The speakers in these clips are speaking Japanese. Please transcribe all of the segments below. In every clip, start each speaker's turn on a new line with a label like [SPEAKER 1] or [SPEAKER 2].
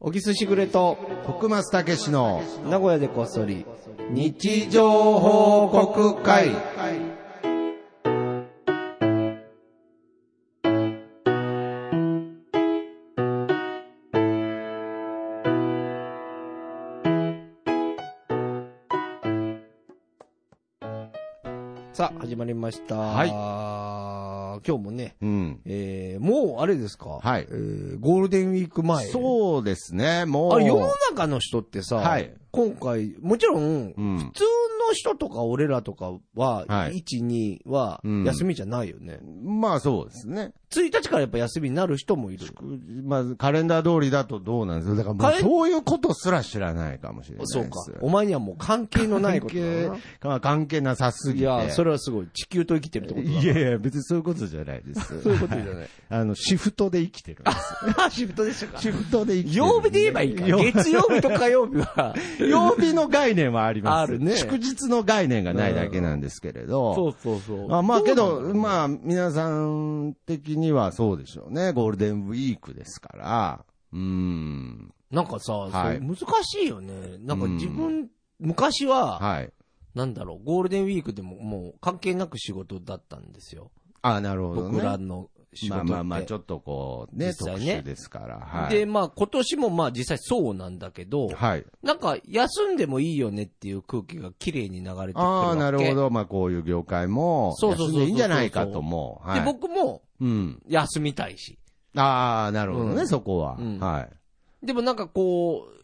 [SPEAKER 1] おぎすしぐれと、
[SPEAKER 2] 徳松たけしの
[SPEAKER 1] 名古屋でこっそり、
[SPEAKER 2] 日常報告会。
[SPEAKER 1] さあ、始まりました。
[SPEAKER 2] はい
[SPEAKER 1] 今日もね、
[SPEAKER 2] うん。
[SPEAKER 1] えー、もうあれですか
[SPEAKER 2] はい
[SPEAKER 1] えー、ゴールデンウィーク前。う。
[SPEAKER 2] そうですね、もう。
[SPEAKER 1] あれ、世の中の人ってさ、
[SPEAKER 2] はい
[SPEAKER 1] 今回、もちろん、
[SPEAKER 2] う
[SPEAKER 1] 普
[SPEAKER 2] ん。
[SPEAKER 1] 通の人とか俺らとかは、
[SPEAKER 2] はい
[SPEAKER 1] 1、2は
[SPEAKER 2] うん
[SPEAKER 1] 休みじゃないよね、
[SPEAKER 2] まあそうですね。
[SPEAKER 1] 1日からやっぱ休みになる人もいる。
[SPEAKER 2] まあカレンダー通りだとどうなんですかだからも
[SPEAKER 1] カ
[SPEAKER 2] う
[SPEAKER 1] レン
[SPEAKER 2] そういうことすら知らないかもしれないです。
[SPEAKER 1] そうか。お前にはもう関係のないことだな
[SPEAKER 2] 関係まあ関係なさす
[SPEAKER 1] い
[SPEAKER 2] ぎて。
[SPEAKER 1] や、そ
[SPEAKER 2] れ
[SPEAKER 1] れはすごい。地球と生きてるってことだな。
[SPEAKER 2] いやいや、別にそういうことじゃないです。
[SPEAKER 1] そういうことじゃない。
[SPEAKER 2] あの、シフトで生きてるんで す。
[SPEAKER 1] シフトでしたか。
[SPEAKER 2] シフトで生きてる。
[SPEAKER 1] 曜日で言えばいいか。月曜日と火曜日 は。
[SPEAKER 2] 曜日の概念はあります。
[SPEAKER 1] あるね
[SPEAKER 2] 祝日の概念がないだけなんですけれど。
[SPEAKER 1] そうそうそう。
[SPEAKER 2] あまあけど、
[SPEAKER 1] うあ。
[SPEAKER 2] まあ皆さん的にはそうでしょうね。ゴールデンウィークですから。うーん。
[SPEAKER 1] なんかさ、そう
[SPEAKER 2] はい
[SPEAKER 1] 難しいよね。なんか自分、昔は、
[SPEAKER 2] はい。
[SPEAKER 1] なんだろう、ゴールデンウィークでももう関係なく仕事だったんですよ。
[SPEAKER 2] あなるほどね。
[SPEAKER 1] 僕らの仕事
[SPEAKER 2] ま
[SPEAKER 1] っ
[SPEAKER 2] あ
[SPEAKER 1] て。
[SPEAKER 2] まあまあ、ちょっとこう、ね、
[SPEAKER 1] 実
[SPEAKER 2] 特
[SPEAKER 1] 際ね
[SPEAKER 2] 殊ですから。はい。
[SPEAKER 1] で、まあ今年もまあ実際そうなんだけど、
[SPEAKER 2] はい。
[SPEAKER 1] なんか休んでもいいよねっていう空気が綺麗に流れてくるわけ。
[SPEAKER 2] ああ、なるほど。まあこういう業界も、
[SPEAKER 1] そうそうそうそう
[SPEAKER 2] 休んでいいんじゃないかと思う。は
[SPEAKER 1] で、
[SPEAKER 2] い。
[SPEAKER 1] 僕も
[SPEAKER 2] うん。
[SPEAKER 1] 休みたいし。
[SPEAKER 2] ああ、なるほど
[SPEAKER 1] う
[SPEAKER 2] ね、
[SPEAKER 1] ん
[SPEAKER 2] そこは。
[SPEAKER 1] うん
[SPEAKER 2] はい。
[SPEAKER 1] でもなんかこう、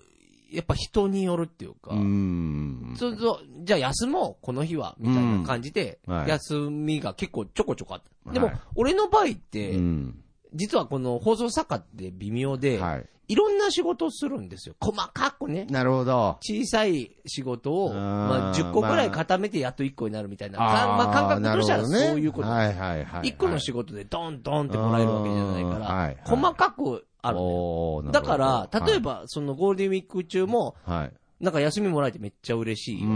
[SPEAKER 1] やっぱ人によるっていうか、
[SPEAKER 2] うーん。
[SPEAKER 1] そうそう、じゃあ休もう、この日は、みたいな感じで、
[SPEAKER 2] うんはい
[SPEAKER 1] 休みが結構ちょこちょこあった。でも、
[SPEAKER 2] はい
[SPEAKER 1] 俺の場合って、
[SPEAKER 2] うん。
[SPEAKER 1] 実はこの放送作家って微妙で、、
[SPEAKER 2] はい
[SPEAKER 1] ろんな仕事をするんですよ。細かくね
[SPEAKER 2] い。。なるほど。
[SPEAKER 1] 小さい仕事を、
[SPEAKER 2] あー
[SPEAKER 1] まあ、10個ぐらい固めてやっと1個になるみたいな。か
[SPEAKER 2] あ
[SPEAKER 1] まあ、感
[SPEAKER 2] ー
[SPEAKER 1] 覚
[SPEAKER 2] な
[SPEAKER 1] と
[SPEAKER 2] る
[SPEAKER 1] し
[SPEAKER 2] ほ
[SPEAKER 1] ては
[SPEAKER 2] どね
[SPEAKER 1] そういうこと。
[SPEAKER 2] はいはいはい。
[SPEAKER 1] 一個の仕事でドンドンってもらえるわけじゃないから、
[SPEAKER 2] はいはい
[SPEAKER 1] 細かくあるのよ
[SPEAKER 2] おーな
[SPEAKER 1] だ
[SPEAKER 2] るほ
[SPEAKER 1] か
[SPEAKER 2] ど
[SPEAKER 1] ら、例え
[SPEAKER 2] ば、
[SPEAKER 1] ば、そのゴールデンウィーク中も、
[SPEAKER 2] はい。
[SPEAKER 1] なんか休みもらえてめっちゃ嬉しいわけじゃ。
[SPEAKER 2] う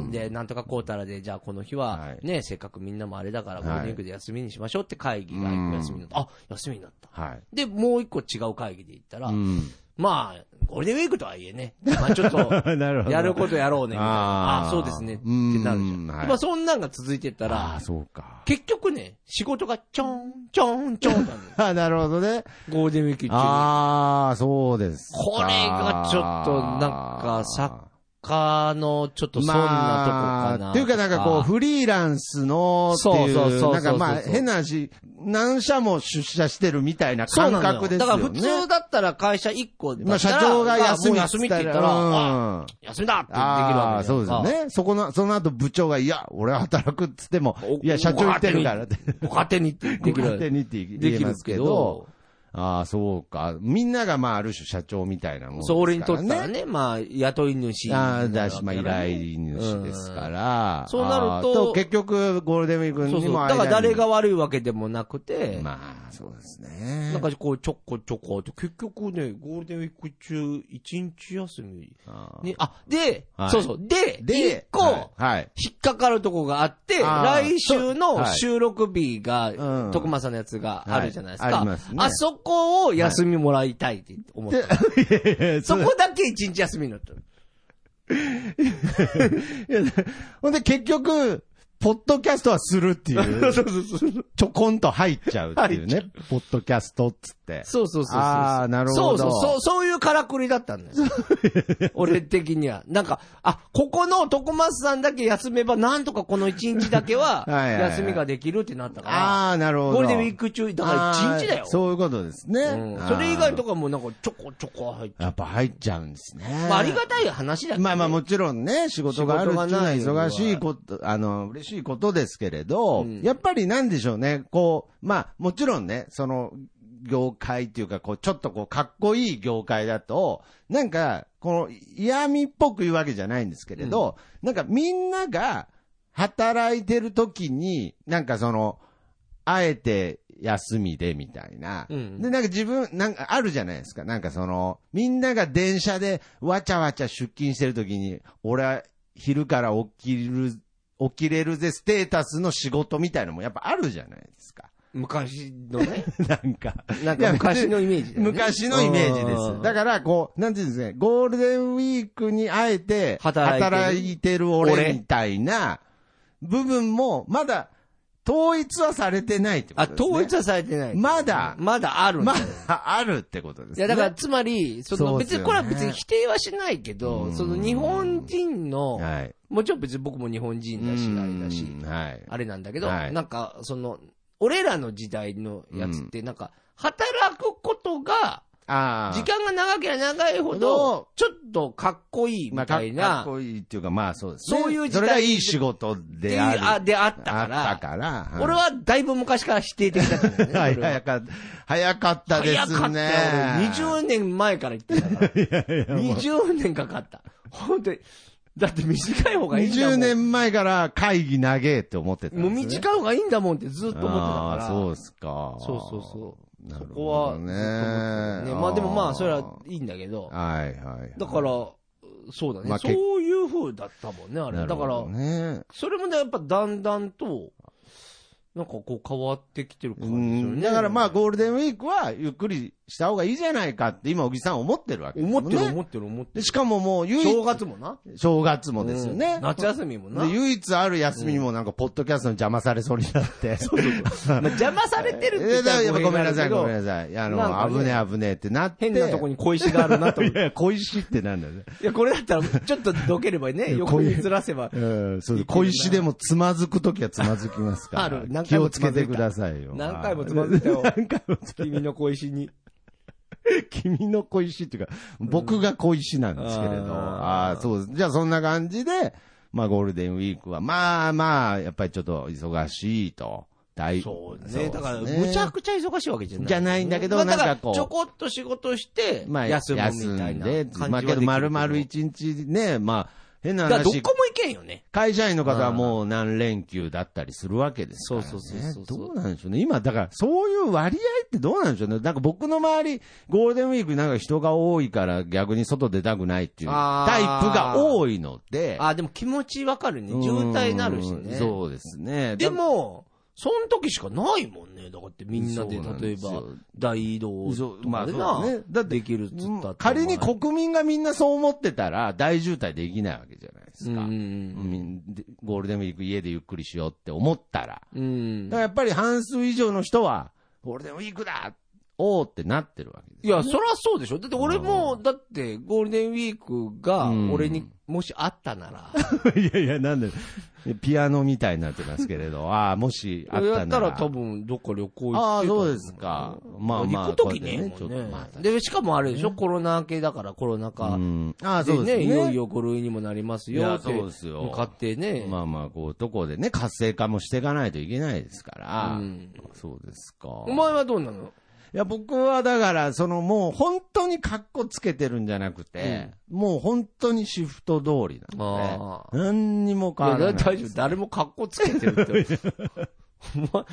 [SPEAKER 2] んん
[SPEAKER 1] で、なんとかこうたらで、じゃあこの日
[SPEAKER 2] は、
[SPEAKER 1] はいね、せっかくみんなもあれだから、
[SPEAKER 2] はい
[SPEAKER 1] ゴールデンウィークで休みにしましょうって会議が
[SPEAKER 2] うん
[SPEAKER 1] 一個休みになった。あ、休みになった。
[SPEAKER 2] はい。
[SPEAKER 1] で、もう一個違う会議で行ったら
[SPEAKER 2] う、ん。
[SPEAKER 1] まあ、ゴールデンウィークとはいえね、まあちょっと、
[SPEAKER 2] なる
[SPEAKER 1] やることやろうね、みたいな。
[SPEAKER 2] あー
[SPEAKER 1] あそうですね、ってなるじゃん。
[SPEAKER 2] うんはい
[SPEAKER 1] まあそんなんが続いてった
[SPEAKER 2] あ
[SPEAKER 1] ら
[SPEAKER 2] あ、、そうか。
[SPEAKER 1] 結局ね、仕事がちょん、ちょん、ちょんなのよ
[SPEAKER 2] あ なるほどね。
[SPEAKER 1] ゴールデンウィーク中に。
[SPEAKER 2] ああ、そうですか。
[SPEAKER 1] これがちょっとなんかさかの、ちょっとそんなとこかな、
[SPEAKER 2] まあっていうかなんかこう、フリーランスのっていう、
[SPEAKER 1] そうそうそうそうそう
[SPEAKER 2] なんかまあ変な話、何社も出社してるみたいな
[SPEAKER 1] そう
[SPEAKER 2] 感
[SPEAKER 1] なのよ
[SPEAKER 2] 覚ですよね。
[SPEAKER 1] だから普通だったら会社1個だったら、
[SPEAKER 2] まあ社長が休み
[SPEAKER 1] あもう休みって言ったら、あ
[SPEAKER 2] うん
[SPEAKER 1] 休みだってできる
[SPEAKER 2] あ
[SPEAKER 1] わ
[SPEAKER 2] あ、
[SPEAKER 1] けじゃ
[SPEAKER 2] そ
[SPEAKER 1] ん
[SPEAKER 2] うですよ。ね。そこの、その後部長が、いや、俺は働くっつっても
[SPEAKER 1] お、
[SPEAKER 2] いや、社長言ってるからって。
[SPEAKER 1] ご勝手にってでき
[SPEAKER 2] ご勝手
[SPEAKER 1] る。
[SPEAKER 2] にっ
[SPEAKER 1] で
[SPEAKER 2] て言え
[SPEAKER 1] きる
[SPEAKER 2] ます
[SPEAKER 1] け
[SPEAKER 2] けど
[SPEAKER 1] ど、、
[SPEAKER 2] ああ、そうか。みんながまあ、ある種社長みたいなもんですか
[SPEAKER 1] そ
[SPEAKER 2] ら
[SPEAKER 1] う、俺
[SPEAKER 2] ね。
[SPEAKER 1] にとったらね、まあ、雇い主に
[SPEAKER 2] あ
[SPEAKER 1] なる
[SPEAKER 2] あ、
[SPEAKER 1] わけだ
[SPEAKER 2] だ
[SPEAKER 1] か
[SPEAKER 2] し、ま
[SPEAKER 1] ら
[SPEAKER 2] あ、
[SPEAKER 1] ね
[SPEAKER 2] 依頼主ですから。
[SPEAKER 1] うんそうなると
[SPEAKER 2] ああ結局、ゴールデンウィーク
[SPEAKER 1] そう
[SPEAKER 2] に
[SPEAKER 1] そう。
[SPEAKER 2] も
[SPEAKER 1] だか
[SPEAKER 2] 間に
[SPEAKER 1] ら誰が悪いわけでもなくて、
[SPEAKER 2] まあ、そうですね。
[SPEAKER 1] なんかこう、ちょこちょこ、結局ね、ゴールデンウィーク中、1日休み。
[SPEAKER 2] ああ
[SPEAKER 1] ね、あ、で、
[SPEAKER 2] はい
[SPEAKER 1] そうそう、で、1個、
[SPEAKER 2] はいはい。
[SPEAKER 1] 引っかかるとこがあって、
[SPEAKER 2] あー
[SPEAKER 1] 来週
[SPEAKER 2] そう
[SPEAKER 1] の
[SPEAKER 2] はい
[SPEAKER 1] 収録日が
[SPEAKER 2] う、ん
[SPEAKER 1] 徳間さんのやつがあるじゃないです
[SPEAKER 2] はいあ
[SPEAKER 1] か。
[SPEAKER 2] りますね
[SPEAKER 1] あそこを休みもらいたいって思って、そこだけ一日休みになったの。
[SPEAKER 2] ほんで、結局、ポッドキャストはするっていう。
[SPEAKER 1] そうそうそう。
[SPEAKER 2] ちょこんと入っちゃうっていうね。ポッドキャストっつって。
[SPEAKER 1] そうそうそうそう。
[SPEAKER 2] あーなる
[SPEAKER 1] そ
[SPEAKER 2] ほど
[SPEAKER 1] うそうそう、そういうからくりだったん だよ。俺的には。なんか、あ、ここの徳松さんだけ休めば、なんとかこの一日だけは、
[SPEAKER 2] はいはいはい
[SPEAKER 1] 休みができるってなったから、
[SPEAKER 2] ああ、なるほど。
[SPEAKER 1] ゴールデンウィーク中、だから一日だよ
[SPEAKER 2] あー。そういうことですね。
[SPEAKER 1] うんそれ以外と
[SPEAKER 2] か。
[SPEAKER 1] かもなんかちょこちょこ入って
[SPEAKER 2] やっぱ入っちゃうんですね。
[SPEAKER 1] まあ、ありがたい話だけどね
[SPEAKER 2] まあまあもちろんね、仕事があるっていうのは
[SPEAKER 1] 仕事がない
[SPEAKER 2] 忙しいこと、あの、嬉しいことですけれど、
[SPEAKER 1] うん
[SPEAKER 2] やっぱりなんでしょうね、こう、まあもちろんね、その、業界っていうか、こう、ちょっとこう、かっこいい業界だと、なんか、この、嫌味っぽく言うわけじゃないんですけれど、なんかみんなが働いてる時に、なんかその、あえて休みでみたいな。
[SPEAKER 1] うん
[SPEAKER 2] で、なんか自分、なんかあるじゃないですか。なんかその、みんなが電車でわちゃわちゃ出勤してる時に、俺は昼から起きる、起きれるぜステータスの仕事みたいのもやっぱあるじゃないですか。
[SPEAKER 1] 昔のね。
[SPEAKER 2] なんか。
[SPEAKER 1] なんか昔のイメージだよね。
[SPEAKER 2] 昔のイメージで
[SPEAKER 1] うん
[SPEAKER 2] す。だから、こう、なんていうんですかね、ゴールデンウィークにあえて、
[SPEAKER 1] 働いてる
[SPEAKER 2] 働いてる
[SPEAKER 1] 俺
[SPEAKER 2] 俺みたいな部分も、まだ統一はされてないってこ
[SPEAKER 1] あ、
[SPEAKER 2] とですね。
[SPEAKER 1] 統一はされてない。
[SPEAKER 2] まだ
[SPEAKER 1] まだあるんだ
[SPEAKER 2] まあ、あるってことです
[SPEAKER 1] い
[SPEAKER 2] ね。
[SPEAKER 1] や、だから、つまり、その、
[SPEAKER 2] そうっ
[SPEAKER 1] 別
[SPEAKER 2] すよ
[SPEAKER 1] に、
[SPEAKER 2] ね
[SPEAKER 1] これは別に否定はしないけど、
[SPEAKER 2] うん
[SPEAKER 1] その日本人の、
[SPEAKER 2] はい。
[SPEAKER 1] もちろん別に僕も日本人だし、あれだし、
[SPEAKER 2] うんはい。
[SPEAKER 1] あれなんだけど、
[SPEAKER 2] はい
[SPEAKER 1] なんか、その、俺らの時代のやつって、なんか、働くことが、
[SPEAKER 2] ああ。
[SPEAKER 1] 時間が長ければ長いほ
[SPEAKER 2] の
[SPEAKER 1] ど、ちょっとかっこいい
[SPEAKER 2] まあ
[SPEAKER 1] み
[SPEAKER 2] か
[SPEAKER 1] たいな、
[SPEAKER 2] かっこいいっていうか、まあそうですね。
[SPEAKER 1] そういう時代
[SPEAKER 2] それがいい仕事
[SPEAKER 1] ってい
[SPEAKER 2] で
[SPEAKER 1] う
[SPEAKER 2] ある。
[SPEAKER 1] あであったか
[SPEAKER 2] あっ
[SPEAKER 1] ら、
[SPEAKER 2] たから。い
[SPEAKER 1] 俺、はだいぶ昔から否定的だったんだよね
[SPEAKER 2] は
[SPEAKER 1] そ
[SPEAKER 2] い
[SPEAKER 1] れは
[SPEAKER 2] 早かった。早かったで
[SPEAKER 1] 早か
[SPEAKER 2] す
[SPEAKER 1] った
[SPEAKER 2] ね。
[SPEAKER 1] よ。俺20年前から言ってたから。20年かかった。本当に。だって短い方がいいんだもん。
[SPEAKER 2] 20年前から会議長えって思ってたんです、
[SPEAKER 1] も
[SPEAKER 2] ね。
[SPEAKER 1] う短い方がいいんだもんってずっと思ってたか
[SPEAKER 2] あ
[SPEAKER 1] ら。
[SPEAKER 2] あそうですか。
[SPEAKER 1] そうそうそう。
[SPEAKER 2] な
[SPEAKER 1] そこ
[SPEAKER 2] るほ
[SPEAKER 1] は
[SPEAKER 2] ど
[SPEAKER 1] ずっと思
[SPEAKER 2] ね、
[SPEAKER 1] ってたね。まあでもまあ、それはいいんだけど。
[SPEAKER 2] はいはいはい。
[SPEAKER 1] だから、そうだね。
[SPEAKER 2] まあ
[SPEAKER 1] そう
[SPEAKER 2] 結
[SPEAKER 1] いう風だったもんね、あれ。だ
[SPEAKER 2] なる
[SPEAKER 1] か
[SPEAKER 2] ほ
[SPEAKER 1] ら
[SPEAKER 2] ど、ね。
[SPEAKER 1] それもね、やっぱだんだんと、なんかこう変わってきてる感
[SPEAKER 2] う
[SPEAKER 1] じする
[SPEAKER 2] ん
[SPEAKER 1] ね。
[SPEAKER 2] だからまあ、ゴールデンウィークはゆっくりした方がいいじゃないかって今、小木さん思ってるわけです
[SPEAKER 1] 思
[SPEAKER 2] も
[SPEAKER 1] っ
[SPEAKER 2] ん
[SPEAKER 1] て
[SPEAKER 2] ね。
[SPEAKER 1] る思ってる思って
[SPEAKER 2] で
[SPEAKER 1] る。
[SPEAKER 2] しかももう唯
[SPEAKER 1] 正
[SPEAKER 2] 一、
[SPEAKER 1] 月もな。
[SPEAKER 2] 正月もですよね。
[SPEAKER 1] うん夏休みもな。
[SPEAKER 2] で唯一ある休みもなんか、ポッドキャストの邪魔されそうになって。
[SPEAKER 1] まあ、邪魔されてるって言
[SPEAKER 2] え
[SPEAKER 1] った
[SPEAKER 2] ーだから
[SPEAKER 1] ら
[SPEAKER 2] やっぱごめんなさい、ごめん
[SPEAKER 1] い。
[SPEAKER 2] なさい。あ
[SPEAKER 1] なんか
[SPEAKER 2] の、
[SPEAKER 1] ね
[SPEAKER 2] 危ねえ危ねえってなって。
[SPEAKER 1] 変なとこ
[SPEAKER 2] に。
[SPEAKER 1] に小石があるなと思っ
[SPEAKER 2] い
[SPEAKER 1] て。
[SPEAKER 2] や、小石ってなんだよね。
[SPEAKER 1] いや、これだったら、ちょっとどければね、横にずらせば。
[SPEAKER 2] うん、そうです小石でもつまずくときはつまずきますから。
[SPEAKER 1] ある何
[SPEAKER 2] 気
[SPEAKER 1] 回も
[SPEAKER 2] を
[SPEAKER 1] つ
[SPEAKER 2] つ
[SPEAKER 1] ま
[SPEAKER 2] け
[SPEAKER 1] ずい
[SPEAKER 2] て
[SPEAKER 1] た
[SPEAKER 2] くださいよ。
[SPEAKER 1] 何回もつまずいたよ
[SPEAKER 2] はい何回もつまずい
[SPEAKER 1] 君の小石に。
[SPEAKER 2] た。 君の小石っていうか、僕が小石なんですけれど。
[SPEAKER 1] うん
[SPEAKER 2] ああー、そうです。じゃあそんな感じで、まあゴールデンウィークは、まあまあ、やっぱりちょっと忙しいと。大
[SPEAKER 1] そう
[SPEAKER 2] そう
[SPEAKER 1] ね。
[SPEAKER 2] です
[SPEAKER 1] だから、むちゃくちゃ忙しいわけじゃない。
[SPEAKER 2] じゃないんだけど
[SPEAKER 1] まあだから
[SPEAKER 2] なんかこう
[SPEAKER 1] ちょこっと仕事して、
[SPEAKER 2] まあ、
[SPEAKER 1] 休
[SPEAKER 2] 休
[SPEAKER 1] むみたい
[SPEAKER 2] ん
[SPEAKER 1] な感じは
[SPEAKER 2] で
[SPEAKER 1] できるけど。
[SPEAKER 2] まあけど、丸々一日ね、まあ、変な
[SPEAKER 1] だから、どこも
[SPEAKER 2] 話
[SPEAKER 1] 行、けんよね。
[SPEAKER 2] 会社員の方はもう何連休だったりするわけですから、ね。
[SPEAKER 1] そうそうそうそう
[SPEAKER 2] どうなんでしょうね。今、だから、そういう割合ってどうなんでしょうね。なんか僕の周り、ゴールデンウィークなんか人が多いから逆に外出たくないっていう
[SPEAKER 1] あ
[SPEAKER 2] タイ
[SPEAKER 1] ー
[SPEAKER 2] プが多いので。
[SPEAKER 1] あ、でも気持ちわかるね。
[SPEAKER 2] うん
[SPEAKER 1] 渋滞なるしね。
[SPEAKER 2] そうですね。
[SPEAKER 1] でも、その時しかないもんね。だからってみんなで、
[SPEAKER 2] そうなん
[SPEAKER 1] 例え
[SPEAKER 2] です
[SPEAKER 1] ば
[SPEAKER 2] よ、
[SPEAKER 1] 大移動
[SPEAKER 2] そ
[SPEAKER 1] と
[SPEAKER 2] うま
[SPEAKER 1] か
[SPEAKER 2] あ
[SPEAKER 1] で
[SPEAKER 2] そうです
[SPEAKER 1] な
[SPEAKER 2] ね、だって
[SPEAKER 1] できるっつったって。
[SPEAKER 2] 仮に国民がみんなそう思ってたら大渋滞できないわけじゃないですか。
[SPEAKER 1] うん
[SPEAKER 2] みんでゴールデンウィーク家でゆっくりしようって思ったら、
[SPEAKER 1] うんうん
[SPEAKER 2] だからやっぱり半数以上の人は、ゴールデンウィークだおーってなってるわけです。
[SPEAKER 1] いや、そりゃそうでしょ。だって俺も、だってゴールデンウィークが
[SPEAKER 2] うん
[SPEAKER 1] 俺にもしあったなら、
[SPEAKER 2] いやいや、なんで、ピアノみたいになってますけれ ど、ああ、もしあったなら。
[SPEAKER 1] やったら多分どっか旅行行ってた
[SPEAKER 2] ああ、そうですか。まあまあ、
[SPEAKER 1] 行くときねえもん
[SPEAKER 2] こうやってねちょっとま
[SPEAKER 1] ね
[SPEAKER 2] あ。確かに
[SPEAKER 1] で、しかもあれでしょ、コロナ明けだからコロナ禍
[SPEAKER 2] うんああ、
[SPEAKER 1] で
[SPEAKER 2] そう
[SPEAKER 1] ね、
[SPEAKER 2] です
[SPEAKER 1] い
[SPEAKER 2] ね。
[SPEAKER 1] よいよ5類にもなります
[SPEAKER 2] い
[SPEAKER 1] よ
[SPEAKER 2] や
[SPEAKER 1] って、
[SPEAKER 2] そうですよ
[SPEAKER 1] 向かってね、
[SPEAKER 2] まあまあ、こう、どこでね、活性化もしていかないといけないですから。
[SPEAKER 1] うん
[SPEAKER 2] そうですか。
[SPEAKER 1] お前はどうなの
[SPEAKER 2] いや、僕はだから、そのもう本当にカッコつけてるんじゃなくて、もう本当にシフト通りなん
[SPEAKER 1] ああ
[SPEAKER 2] で、何にも変わ
[SPEAKER 1] い
[SPEAKER 2] ら
[SPEAKER 1] や
[SPEAKER 2] な
[SPEAKER 1] 大
[SPEAKER 2] い。
[SPEAKER 1] 丈夫、誰も格好つけてる って。お前、かっ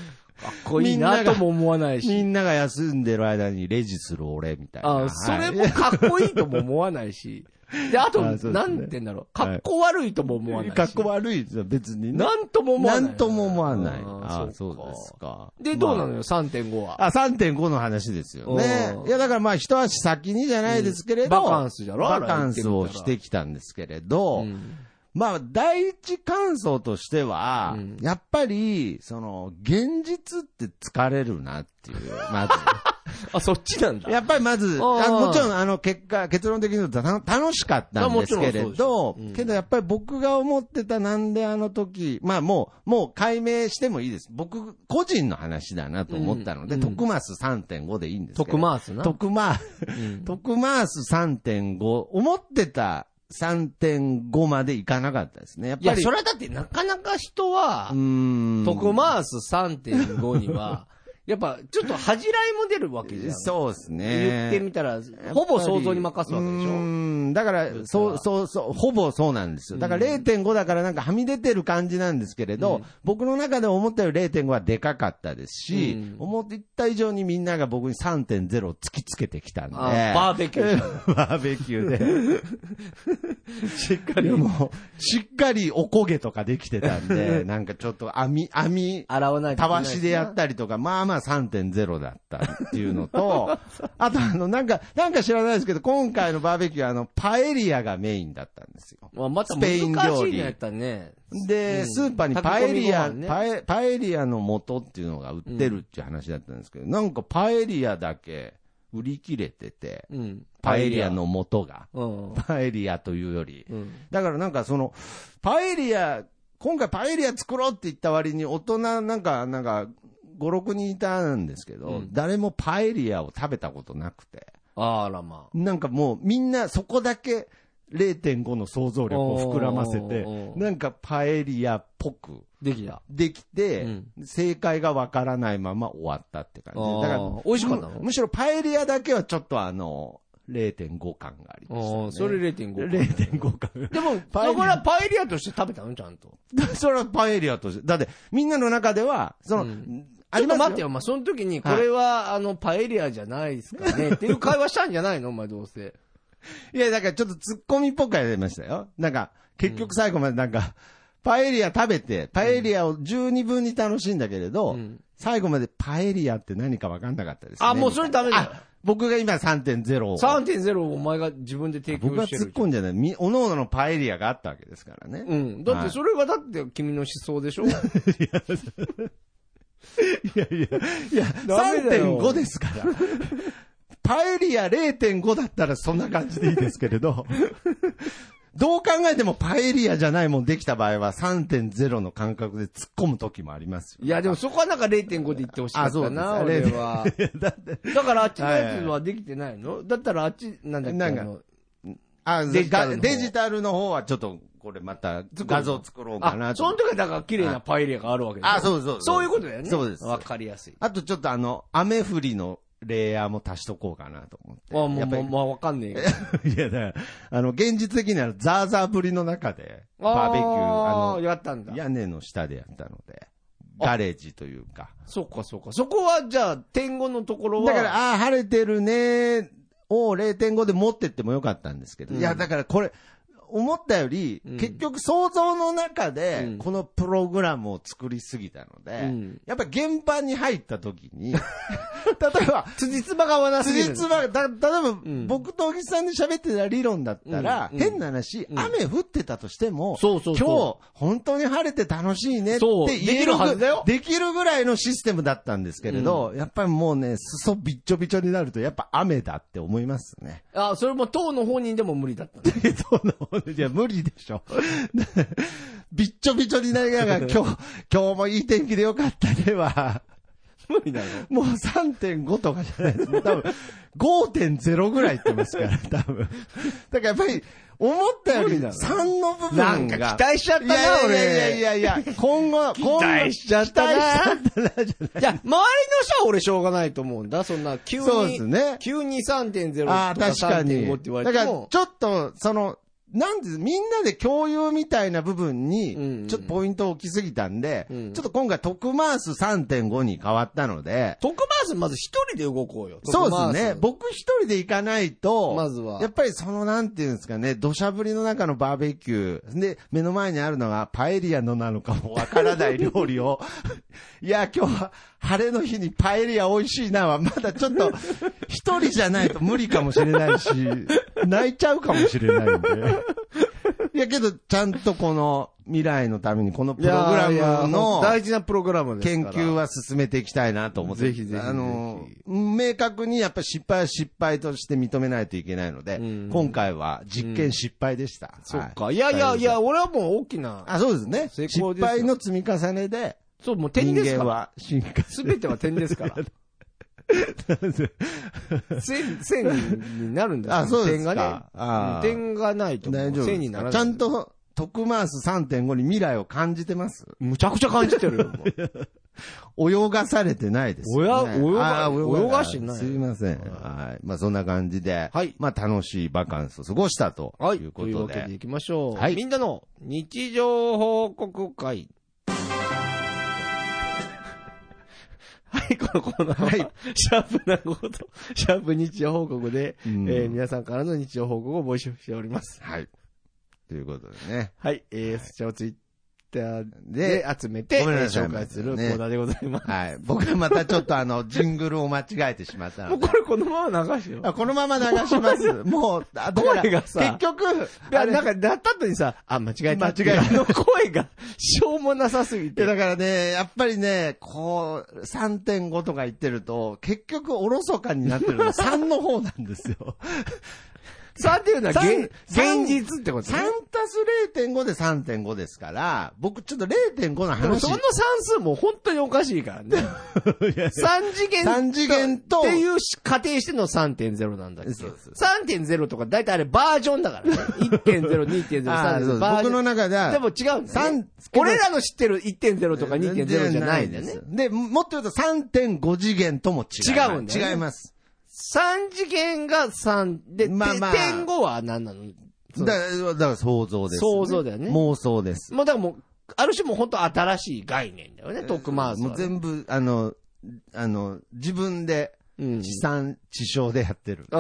[SPEAKER 1] こいいなとも思わないし。
[SPEAKER 2] みんなが休んでる間にレジする俺みたいな。は
[SPEAKER 1] あ
[SPEAKER 2] い
[SPEAKER 1] それもかっこいいとも思わないし。で、あと、
[SPEAKER 2] あそうですね
[SPEAKER 1] なんて言うんだろう。かっこ悪いとも思わないし。
[SPEAKER 2] かっこ悪いですよ、別にね。
[SPEAKER 1] なんとも思わな。
[SPEAKER 2] ないんとも思わない。
[SPEAKER 1] あ
[SPEAKER 2] あ
[SPEAKER 1] ー
[SPEAKER 2] あ、
[SPEAKER 1] そ
[SPEAKER 2] そうう
[SPEAKER 1] か
[SPEAKER 2] ですか。
[SPEAKER 1] で、どうなの
[SPEAKER 2] ま
[SPEAKER 1] よ、3.5は。
[SPEAKER 2] ああ、3.5の話ですよね
[SPEAKER 1] う。ん
[SPEAKER 2] いや、だからまあ、一足先にじゃないですけれど、
[SPEAKER 1] うんバカンスじゃろ
[SPEAKER 2] バカンスをしてきたんですけれ
[SPEAKER 1] う
[SPEAKER 2] ど、
[SPEAKER 1] ん
[SPEAKER 2] まあ、第一感想としては、
[SPEAKER 1] うん
[SPEAKER 2] やっぱり、その、現実って疲れるなっていう、まず。
[SPEAKER 1] あ、そっちなんだ。
[SPEAKER 2] やっぱりまず、
[SPEAKER 1] あー
[SPEAKER 2] あもちろん、あの、結果、結論的に言うとた楽しかったんですけ
[SPEAKER 1] あ
[SPEAKER 2] れ
[SPEAKER 1] もちろん
[SPEAKER 2] ど、
[SPEAKER 1] そうですうん
[SPEAKER 2] けどやっぱり僕が思ってたなんであの時、まあもう、もう解明してもいいです。僕、個人の話だなと思ったので、
[SPEAKER 1] うん
[SPEAKER 2] 徳マス3.5でいいんですけど。
[SPEAKER 1] 特マースな。
[SPEAKER 2] 徳マ
[SPEAKER 1] うん
[SPEAKER 2] 徳マース3.5、思ってた3.5までいかなかったですね。やっ
[SPEAKER 1] い
[SPEAKER 2] ぱ
[SPEAKER 1] や、
[SPEAKER 2] り
[SPEAKER 1] そ。れはだってなかなか人は
[SPEAKER 2] う、ーん
[SPEAKER 1] 特マース3.5には、 やっぱ、ちょっと恥じらいも出るわけじゃん。
[SPEAKER 2] そうですね。
[SPEAKER 1] 言ってみたら、ほぼ想像に任すわけでし
[SPEAKER 2] う
[SPEAKER 1] ょ
[SPEAKER 2] ん、だから
[SPEAKER 1] 言、ったら
[SPEAKER 2] そう、そう、そう、ほぼそうなんですよ。だから0.5だからなんかはみ出てる感じなんですけれど、僕の中で思ったより0.5はでかかったですし、
[SPEAKER 1] うん
[SPEAKER 2] 思った以上にみんなが僕に3.0を突きつけてきたんで。
[SPEAKER 1] あバーベキューじ
[SPEAKER 2] バーベキュ ーで。しっかり。もう、しっかりおこげとかできてたんで、なんかちょっと網、網、
[SPEAKER 1] 洗わないとい
[SPEAKER 2] た
[SPEAKER 1] けない
[SPEAKER 2] わしでやったりとか、まあまあ3.0だったっていうの と、あとあの、なんか、なんか知らないですけど、今回のバーベキューはあの、パエリアがメインだったんですよ。
[SPEAKER 1] まあ、また
[SPEAKER 2] スペイン料理
[SPEAKER 1] 難しいのやったね。う
[SPEAKER 2] で、
[SPEAKER 1] ん
[SPEAKER 2] スーパーにパエリア、
[SPEAKER 1] 炊き込みご飯ね
[SPEAKER 2] パエ、パエリアの素っていうのが売ってるっていう話だったんですけど、なんかパエリアだけ売り切れてて、
[SPEAKER 1] うん。
[SPEAKER 2] パエリアの素が。
[SPEAKER 1] うん。
[SPEAKER 2] パエリアというより、
[SPEAKER 1] うん。
[SPEAKER 2] だからなんかその、パエリア、今回パエリア作ろうって言った割に大人なんか、なんか、5、6人いたんですけど、
[SPEAKER 1] うん
[SPEAKER 2] 誰もパエリアを食べたことなくて、
[SPEAKER 1] あらま
[SPEAKER 2] なんかもうみんなそこだけ0.5の想像力を膨らませて
[SPEAKER 1] おーおーお、ー
[SPEAKER 2] なんかパエリアっぽく
[SPEAKER 1] あ。できた。
[SPEAKER 2] できて、
[SPEAKER 1] うん
[SPEAKER 2] 正解がわからないまま終わったって感
[SPEAKER 1] あー
[SPEAKER 2] じ。だから、
[SPEAKER 1] 美味しかったの
[SPEAKER 2] むむしろパエリアだけはちょっとあの、0.5感がありました、
[SPEAKER 1] お
[SPEAKER 2] ね
[SPEAKER 1] ー。それ0.5。
[SPEAKER 2] 0.5感。
[SPEAKER 1] でも、
[SPEAKER 2] パエリア
[SPEAKER 1] そこらパエリアとして食べたのちゃんと。
[SPEAKER 2] だ それはパエリアとして。だって、みんなの中では、その、
[SPEAKER 1] うん
[SPEAKER 2] あ
[SPEAKER 1] ちょ
[SPEAKER 2] り
[SPEAKER 1] っと
[SPEAKER 2] ますよ
[SPEAKER 1] 待ってよ。まあ、その時に、これは、あの、パエリアじゃないですかね。っていう会話したんじゃないのお前どうせ。
[SPEAKER 2] いや、だからちょっとツッコミっぽくやりましたよ。なんか、結局最後までなんか、パエリア食べて、パエリアを十二分に楽しんだけれど、
[SPEAKER 1] うん
[SPEAKER 2] 最後までパエリアって何か分かんなかったです、ね。
[SPEAKER 1] あ、もうそれダメだよ
[SPEAKER 2] あ。僕が今3.0を。
[SPEAKER 1] 3.0をお前が自分で提
[SPEAKER 2] 僕
[SPEAKER 1] 供
[SPEAKER 2] は
[SPEAKER 1] して
[SPEAKER 2] 突っ
[SPEAKER 1] る。
[SPEAKER 2] 込んじゃない。み、おのおののパエリアがあったわけですからね。
[SPEAKER 1] うん。だってそれはだって君の思想でしょい
[SPEAKER 2] いやいや、いや、
[SPEAKER 1] ダメだよ
[SPEAKER 2] 3.5ですから。パエリア0.5だったらそんな感じでいいですけれど、 どう考えてもパエリアじゃないもんできた場合は3.0の感覚で突っ込む時もありますよ。
[SPEAKER 1] やでもそこはなんか0.5で言ってほしかったな、
[SPEAKER 2] あそうで
[SPEAKER 1] 俺
[SPEAKER 2] す
[SPEAKER 1] は。
[SPEAKER 2] だって、
[SPEAKER 1] だからあっちのやつはできてないのだったらあっち、なんだっけ
[SPEAKER 2] なんか
[SPEAKER 1] あの
[SPEAKER 2] あ
[SPEAKER 1] デ
[SPEAKER 2] デ
[SPEAKER 1] ジ
[SPEAKER 2] ジ
[SPEAKER 1] タ
[SPEAKER 2] タ
[SPEAKER 1] ルの方
[SPEAKER 2] ルデジタルの方はちょっと、これまた画像作ろうかな
[SPEAKER 1] あ、
[SPEAKER 2] と
[SPEAKER 1] その時はだから綺麗なパエリアがあるわけでしょ
[SPEAKER 2] あそうそうそう
[SPEAKER 1] そういうことだよね。
[SPEAKER 2] そうです
[SPEAKER 1] わかりやすい。
[SPEAKER 2] あとちょっとあの、雨降りのレイヤーも足しとこうかなと思って。
[SPEAKER 1] あ、もう、
[SPEAKER 2] やっぱ
[SPEAKER 1] もう、
[SPEAKER 2] り
[SPEAKER 1] まあ、わか んねえけど。
[SPEAKER 2] いや、だからあの、現実的にはザーザーぶりの中で、バーベキュー、
[SPEAKER 1] あ
[SPEAKER 2] あの
[SPEAKER 1] ー、やったんだ。
[SPEAKER 2] 屋根の下でやったので、ガレージというか。
[SPEAKER 1] そうか、そうか。そこは、じゃあ、天狗のところは。
[SPEAKER 2] だから、、ああー、晴れてるねを0.5で持ってってもよかったんですけど、
[SPEAKER 1] うん
[SPEAKER 2] いや、だからこれ、思ったより、
[SPEAKER 1] うん
[SPEAKER 2] 結局想像の中
[SPEAKER 1] う
[SPEAKER 2] で
[SPEAKER 1] ん、
[SPEAKER 2] このプログラムを作りすぎたので、
[SPEAKER 1] うん
[SPEAKER 2] やっぱ現場に入った時に、 例え ば、
[SPEAKER 1] 辻褄が合わなすぎる。
[SPEAKER 2] 辻褄が、だ、例えば、
[SPEAKER 1] ん
[SPEAKER 2] 僕と小木さんで喋ってた理論だったら、
[SPEAKER 1] うん
[SPEAKER 2] 変な話、
[SPEAKER 1] うん
[SPEAKER 2] 雨降ってたとしても、
[SPEAKER 1] そうそうそ
[SPEAKER 2] 今日、本当に晴れて楽しいねって
[SPEAKER 1] そう
[SPEAKER 2] 言え
[SPEAKER 1] できる
[SPEAKER 2] る
[SPEAKER 1] はずだよ
[SPEAKER 2] できるぐらいのシステムだったんですけれど、やっぱりもうね、裾びっちょびちょになると、やっぱ雨だって思います ね。
[SPEAKER 1] あ、それも、党の本人でも無理だったね。
[SPEAKER 2] えっと、いや、無理でしょ。 びっちょびちょになりながら、今日、今日もいい天気でよかったねは、
[SPEAKER 1] 無理だろ。
[SPEAKER 2] もう3.5とかじゃないです。もう多分、5.0ぐらいいってますから、多分。だからやっぱり、思ったよ
[SPEAKER 1] 無
[SPEAKER 2] り
[SPEAKER 1] 理なの
[SPEAKER 2] 3の部 分
[SPEAKER 1] な
[SPEAKER 2] が。
[SPEAKER 1] んか期待しちゃったない
[SPEAKER 2] やいやいやいやいや、今 後、期
[SPEAKER 1] 待しちゃったな
[SPEAKER 2] 期待しちゃったなじゃない
[SPEAKER 1] いや、周りの人は俺しょうがないと思うんだ。そんな、急に。
[SPEAKER 2] そうですね
[SPEAKER 1] 急に3.0と
[SPEAKER 2] あ
[SPEAKER 1] か
[SPEAKER 2] あ、確かに。
[SPEAKER 1] 3.5って言われて
[SPEAKER 2] だから、
[SPEAKER 1] も。
[SPEAKER 2] ちょっと、その、なんで、みんなで共有みたいな部分
[SPEAKER 1] うんうん
[SPEAKER 2] に、ちょっとポイントを置きすぎたんで、
[SPEAKER 1] うん
[SPEAKER 2] ちょっと今回、特マース3.5に変わったので、
[SPEAKER 1] トクマースまず一人で動こうよ。
[SPEAKER 2] そうですね。
[SPEAKER 1] 僕
[SPEAKER 2] 僕一人で行かないと、
[SPEAKER 1] まずは
[SPEAKER 2] やっぱりその、なんていうんですかね、土砂降りの中のバーベキュー、で、目の前にあるのがパエリアのなのかもわからない料理を、 いや、今日は晴れの日にパエリア美味しいなは、まだちょ っと、一人じゃないと無理かもしれないし、泣いちゃうかもしれない んで。いや、けど、ちゃんとこの未来のために、このプログ
[SPEAKER 1] いや
[SPEAKER 2] ラ
[SPEAKER 1] いや
[SPEAKER 2] ムの、
[SPEAKER 1] 大事なプログラムです
[SPEAKER 2] 研
[SPEAKER 1] から。
[SPEAKER 2] 究は進めていきたいなと思って。
[SPEAKER 1] ぜひぜひ
[SPEAKER 2] あの、明確にやっぱ失敗は失敗として認めないといけないので、
[SPEAKER 1] うん
[SPEAKER 2] 今回は実験失敗でした。
[SPEAKER 1] そ
[SPEAKER 2] は
[SPEAKER 1] っか。いやいやいや、俺はもう大きな。
[SPEAKER 2] あ、そうですね。
[SPEAKER 1] 成功
[SPEAKER 2] 失
[SPEAKER 1] ですよ
[SPEAKER 2] 敗の積み重ねで、
[SPEAKER 1] そう、もう点
[SPEAKER 2] 人
[SPEAKER 1] です
[SPEAKER 2] 間
[SPEAKER 1] から。
[SPEAKER 2] は進化
[SPEAKER 1] すべては点ですから。線、線になるんだよ
[SPEAKER 2] あそうです
[SPEAKER 1] 点
[SPEAKER 2] か
[SPEAKER 1] がね
[SPEAKER 2] あ。ー
[SPEAKER 1] 点がないと。
[SPEAKER 2] 大丈夫
[SPEAKER 1] 線にならない。
[SPEAKER 2] ちゃん。と、トクマース3.5に未来を感じてます
[SPEAKER 1] むちゃくちゃ感じてるよ。もう
[SPEAKER 2] 泳がされてないです、ね。
[SPEAKER 1] おや泳が
[SPEAKER 2] あー
[SPEAKER 1] 泳がしてない
[SPEAKER 2] すいません。はい。まあそんな感じで、
[SPEAKER 1] はい
[SPEAKER 2] まあ楽しいバカンスを過ごしたと
[SPEAKER 1] はい。
[SPEAKER 2] いう
[SPEAKER 1] と
[SPEAKER 2] こ
[SPEAKER 1] いう
[SPEAKER 2] と
[SPEAKER 1] わけ
[SPEAKER 2] で。
[SPEAKER 1] でいきましょう。
[SPEAKER 2] はい
[SPEAKER 1] みんなの日常報告 会。はい、このコーナーは、
[SPEAKER 2] はい
[SPEAKER 1] シャープなこと、シャープ日常報告で、
[SPEAKER 2] うん
[SPEAKER 1] えー皆さんからの日常報告を募集しております。
[SPEAKER 2] はい。ということでね。
[SPEAKER 1] はい、えー、そちらをツイッターで
[SPEAKER 2] で、
[SPEAKER 1] 集めて、え
[SPEAKER 2] ごめん
[SPEAKER 1] ー
[SPEAKER 2] なさい
[SPEAKER 1] 紹介するコーナーでございます。
[SPEAKER 2] はい。僕はまたちょっとあの、ジングルを間違えてしまった
[SPEAKER 1] も
[SPEAKER 2] の
[SPEAKER 1] う
[SPEAKER 2] で
[SPEAKER 1] こ。れこのまま流してよ。
[SPEAKER 2] あこのまま流します。 もう、あだから
[SPEAKER 1] 声がさ
[SPEAKER 2] 結局、
[SPEAKER 1] いや
[SPEAKER 2] あれ
[SPEAKER 1] なんか、なった後にさ、あ、間違えたって。
[SPEAKER 2] 間違えた
[SPEAKER 1] あの声が、しょうもなさすぎ
[SPEAKER 2] いや
[SPEAKER 1] て。
[SPEAKER 2] だからね、やっぱりね、こう、3.5とか言ってると、結局おろそかになってるのは3の方なんですよ。
[SPEAKER 1] さっていうのは、
[SPEAKER 2] 三
[SPEAKER 1] 現
[SPEAKER 2] 三
[SPEAKER 1] 現実ってこと
[SPEAKER 2] 3足す0.5で3.5ですから、僕ちょっと0.5
[SPEAKER 1] で
[SPEAKER 2] の
[SPEAKER 1] も
[SPEAKER 2] 話
[SPEAKER 1] そ。の算数も本当におかしいからね。3次元。
[SPEAKER 2] 三次元
[SPEAKER 1] っ
[SPEAKER 2] と
[SPEAKER 1] ていうし仮定しての3.0なんだけど。
[SPEAKER 2] そうそう
[SPEAKER 1] 3.0とか大体あれバージョンだからね。1.0、2.0、
[SPEAKER 2] あーそう
[SPEAKER 1] 3.0。バージョ
[SPEAKER 2] 僕の
[SPEAKER 1] ン。
[SPEAKER 2] 中では、
[SPEAKER 1] でも違うんだ、ね
[SPEAKER 2] 三。
[SPEAKER 1] 俺らの知ってる1.0とか2.0じゃないんだよね。
[SPEAKER 2] 全然ないです。で、もっと言うと3.5次元とも
[SPEAKER 1] 違
[SPEAKER 2] 違う。
[SPEAKER 1] うんだよね
[SPEAKER 2] 違います。
[SPEAKER 1] 3次元が3で、
[SPEAKER 2] まあまあ
[SPEAKER 1] 点5は何なの
[SPEAKER 2] だだから想像です、
[SPEAKER 1] 想像だよね
[SPEAKER 2] 妄想です。
[SPEAKER 1] もうだからもう、ある種もう本当新しい概念だよね、トークマーズ
[SPEAKER 2] も
[SPEAKER 1] は
[SPEAKER 2] う
[SPEAKER 1] ね。
[SPEAKER 2] 全部、あの、あの、自分で、
[SPEAKER 1] うん
[SPEAKER 2] 地産地消でやってる。
[SPEAKER 1] う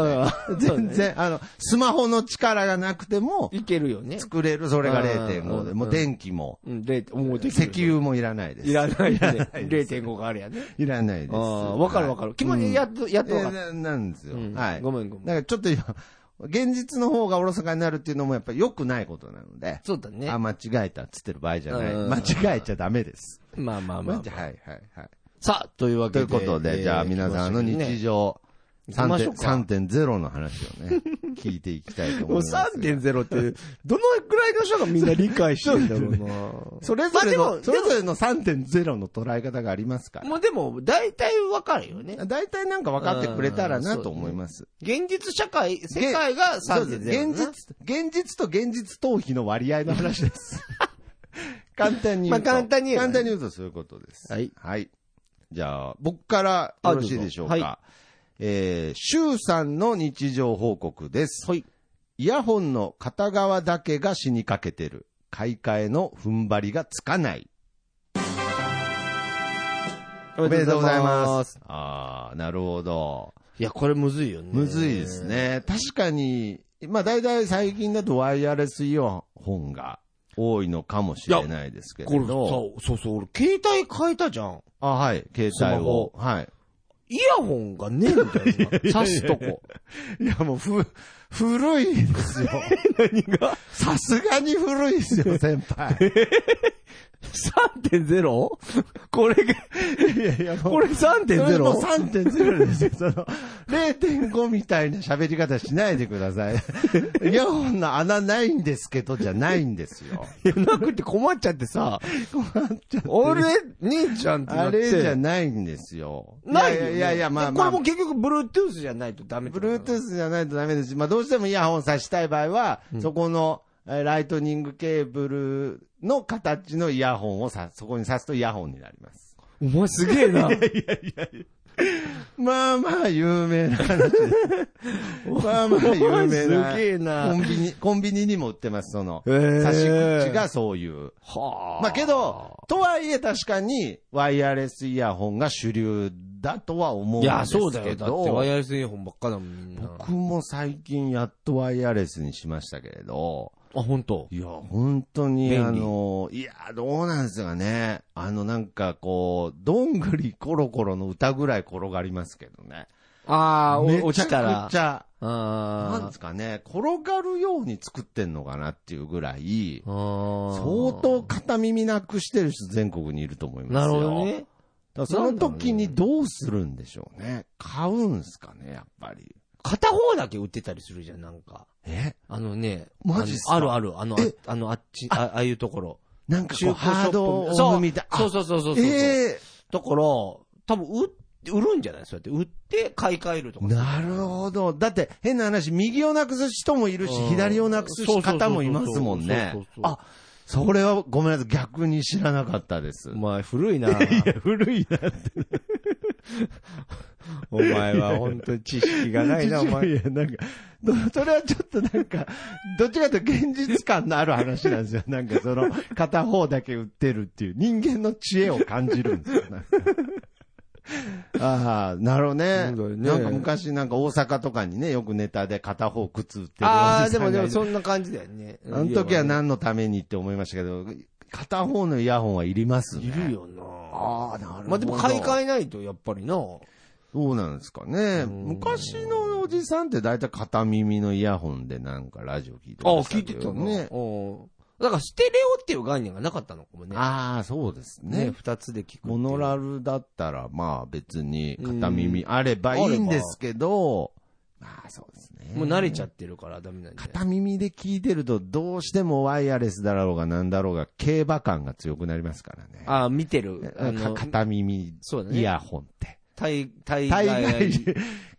[SPEAKER 1] ん
[SPEAKER 2] 全。然、あの、スマホの力がなくても、
[SPEAKER 1] いけるよね。
[SPEAKER 2] 作れる、それが0.5
[SPEAKER 1] う
[SPEAKER 2] で、
[SPEAKER 1] ん
[SPEAKER 2] もう電気も、
[SPEAKER 1] うん、で、もうでき
[SPEAKER 2] 石
[SPEAKER 1] る
[SPEAKER 2] 油もいらないです。
[SPEAKER 1] いらないよね。
[SPEAKER 2] いです
[SPEAKER 1] 0.5があるやね。
[SPEAKER 2] いらないです。
[SPEAKER 1] ああ、わかるわかる。気持ち、やっと、やっとわか
[SPEAKER 2] は
[SPEAKER 1] っ
[SPEAKER 2] い
[SPEAKER 1] た。
[SPEAKER 2] えーななんですよ。
[SPEAKER 1] うん
[SPEAKER 2] はい。
[SPEAKER 1] ごめんごめん
[SPEAKER 2] だからちょっと今、現実の方がおろそかになるっていうのもやっぱり良くないことなので、
[SPEAKER 1] そうだね。
[SPEAKER 2] あ、間違えたっつってる場合じゃない。
[SPEAKER 1] うん
[SPEAKER 2] 間違えちゃダメです。
[SPEAKER 1] まあまあまあ
[SPEAKER 2] マジ。はいはいはい。
[SPEAKER 1] さあ、というわ
[SPEAKER 2] と
[SPEAKER 1] け
[SPEAKER 2] い
[SPEAKER 1] で。
[SPEAKER 2] うことで、
[SPEAKER 1] えー
[SPEAKER 2] じゃあ皆さんの日。常
[SPEAKER 1] 行きましょうか
[SPEAKER 2] 3.0の話を ね、聞いていきたいと思
[SPEAKER 1] も
[SPEAKER 2] い
[SPEAKER 1] う
[SPEAKER 2] ます。
[SPEAKER 1] 3.0って、どのくらいの人がみんな理解してるんだろうな。
[SPEAKER 2] それぞれの、
[SPEAKER 1] まあでも
[SPEAKER 2] それぞれの3.0の捉え方がありますから。
[SPEAKER 1] もうでも、大体わかるよね。
[SPEAKER 2] 大体なんか分かってくれたらなと思います。
[SPEAKER 1] 現実社会、世界が
[SPEAKER 2] そうです。
[SPEAKER 1] 3.0だな。
[SPEAKER 2] 現実、現実と現実逃避の割合の話 です。簡単に言うと。
[SPEAKER 1] まあ簡単に言えばね
[SPEAKER 2] 簡単に言うとそういうことです。
[SPEAKER 1] はい。
[SPEAKER 2] じゃあ、僕からよろしいでしょうか。
[SPEAKER 1] あどうぞは
[SPEAKER 2] えー、シュウさんの日常報告です。
[SPEAKER 1] はい。
[SPEAKER 2] イヤホンの片側だけが死にかけてる。買い替えの踏ん張りがつかない。お
[SPEAKER 1] お
[SPEAKER 2] めでとうございます。。ああ、なるほど。
[SPEAKER 1] いや、これむずいよね。
[SPEAKER 2] むずいです。ね。確かに、まあ大体最近だとワイヤレスイヤホンが多いのかもしれないですけれ
[SPEAKER 1] これさ
[SPEAKER 2] ど。、
[SPEAKER 1] そうそう、俺、携帯変えたじゃん。
[SPEAKER 2] あ、はい。携帯を。はい。
[SPEAKER 1] イヤホンがねえんだよ な。刺すとこ。
[SPEAKER 2] いやもうふ、古いです よ。
[SPEAKER 1] 何が
[SPEAKER 2] さすがに古いです よ、先輩。
[SPEAKER 1] 3.0? これが、
[SPEAKER 2] いやいや、
[SPEAKER 1] これ 3.0?
[SPEAKER 2] 3.0です よ。その、0.5みたいな喋り方しないでくだ さい。イヤホンの穴ないんですけど、じゃないんですよ。
[SPEAKER 1] いや なくて困っちゃって さ、俺、兄ちゃんってな
[SPEAKER 2] あ
[SPEAKER 1] って。
[SPEAKER 2] れじゃないんですよ。
[SPEAKER 1] ない
[SPEAKER 2] い
[SPEAKER 1] よ
[SPEAKER 2] や
[SPEAKER 1] ね
[SPEAKER 2] いやいや、まあ
[SPEAKER 1] で
[SPEAKER 2] ま
[SPEAKER 1] こ
[SPEAKER 2] あ。
[SPEAKER 1] れも結局、Bluetooth じゃないとダメってことなの
[SPEAKER 2] Bluetooth じゃないとダメですし、まあ、どうしてもイヤホンさしたい場合は、そこの、えーライトニングケーブルの形のイヤホンをさ、そこに挿すとイヤホンになります。
[SPEAKER 1] お前すげえな。
[SPEAKER 2] まあまあ有名な話です。 まあまあ有名な。
[SPEAKER 1] お前すげえな
[SPEAKER 2] コンビニ、コンビニにも売ってます、その。
[SPEAKER 1] へー
[SPEAKER 2] 差し口がそういう。
[SPEAKER 1] は
[SPEAKER 2] まあけど、とはいえ確かにワイヤレスイヤホンが主流だとは思うん
[SPEAKER 1] い
[SPEAKER 2] ですけ
[SPEAKER 1] や、
[SPEAKER 2] ど。
[SPEAKER 1] そうだよ。だって、ワイヤレスイヤホンばっかだもん、みんな。
[SPEAKER 2] 僕も最近やっとワイヤレスにしましたけれど、
[SPEAKER 1] あ、本当。
[SPEAKER 2] いや、本当に、
[SPEAKER 1] 便利
[SPEAKER 2] あの、いや、どうなんですかね。あの、なんかこう、どんぐりコロコロの歌ぐらい転がりますけどね。
[SPEAKER 1] ああ、
[SPEAKER 2] めちゃくちゃ
[SPEAKER 1] お落ちたら。
[SPEAKER 2] なん
[SPEAKER 1] あ
[SPEAKER 2] ですかね、転がるように作ってんのかなっていうぐらい、
[SPEAKER 1] 相
[SPEAKER 2] 相当片耳なくしてる人全国にいると思いま
[SPEAKER 1] な
[SPEAKER 2] す
[SPEAKER 1] る
[SPEAKER 2] よ。
[SPEAKER 1] ほど。ね。
[SPEAKER 2] だからその時にどうするんでしょうね。買うんすかね、やっぱり。
[SPEAKER 1] 片方だけ売ってたりするじゃん、なんか。
[SPEAKER 2] え
[SPEAKER 1] あのね。
[SPEAKER 2] マジっすか
[SPEAKER 1] あのあるある。あの、ああの、あっち、あああいうところ。
[SPEAKER 2] なんかこう、ハード
[SPEAKER 1] 中古ショッ
[SPEAKER 2] オ
[SPEAKER 1] プ
[SPEAKER 2] フみたい。あ
[SPEAKER 1] そうそうそうそうそう。
[SPEAKER 2] え
[SPEAKER 1] だから、多分売って、売るんじゃないそうやって。売って買い替えると
[SPEAKER 2] え
[SPEAKER 1] か。
[SPEAKER 2] なるほど。だって、変な話、右をなくす人もいるし、
[SPEAKER 1] うん
[SPEAKER 2] 左をなく
[SPEAKER 1] そ
[SPEAKER 2] す
[SPEAKER 1] うそうそうそう
[SPEAKER 2] 方もいますもんね
[SPEAKER 1] そうそう。そう
[SPEAKER 2] あ、それはごめんなさい、逆に知らなかったです
[SPEAKER 1] お。前古 いな。
[SPEAKER 2] いや、古いな。
[SPEAKER 1] お前は本当に 知識がないな、お前。
[SPEAKER 2] いや、なんか、どそれはちょっとなんか、どっちかというと現実感のある話なんで すよ。なんかその、片方だけ売ってるっていう、人間の知恵を感じるんですよ。 なんかああ、なるほどね
[SPEAKER 1] そうだよね
[SPEAKER 2] なんか昔なんか大阪とかにね、よくネタで片方靴売ってる
[SPEAKER 1] あ
[SPEAKER 2] お
[SPEAKER 1] あ、で
[SPEAKER 2] じさんが
[SPEAKER 1] も
[SPEAKER 2] い
[SPEAKER 1] でも
[SPEAKER 2] る
[SPEAKER 1] そんな感じだよね。
[SPEAKER 2] あの時は何のためにって思いましたけど、片方のイヤホンはいりますね。
[SPEAKER 1] いるよな。
[SPEAKER 2] ああなるほど
[SPEAKER 1] まあでも買い替えないと、やっぱりな。
[SPEAKER 2] そうなんですかね。
[SPEAKER 1] うん
[SPEAKER 2] 昔のおじさんって大体片耳のイヤホンでなんかラジオ聞いて
[SPEAKER 1] ああ、
[SPEAKER 2] ました
[SPEAKER 1] 聞い
[SPEAKER 2] け
[SPEAKER 1] て
[SPEAKER 2] ど
[SPEAKER 1] たね。。うんだから、ステレオっていう概念がなかったのかもね。
[SPEAKER 2] ああ、そうです
[SPEAKER 1] ね、
[SPEAKER 2] ね。
[SPEAKER 1] 二つで聞くっていう。
[SPEAKER 2] モノラルだったら、まあ別に片耳あればいいんですけど、まあそうですね。
[SPEAKER 1] もう慣れち
[SPEAKER 2] ゃ
[SPEAKER 1] ゃってるからダメなんじゃない
[SPEAKER 2] 片耳で聞いてると、どうしてもワイヤレスだろうがなんだろうが、競馬感が強くなりますからね。
[SPEAKER 1] ああ、見てる。あ
[SPEAKER 2] か
[SPEAKER 1] の、
[SPEAKER 2] 片耳
[SPEAKER 1] そうだね。
[SPEAKER 2] イヤホンって。
[SPEAKER 1] 大、大
[SPEAKER 2] 大
[SPEAKER 1] 概。
[SPEAKER 2] 概、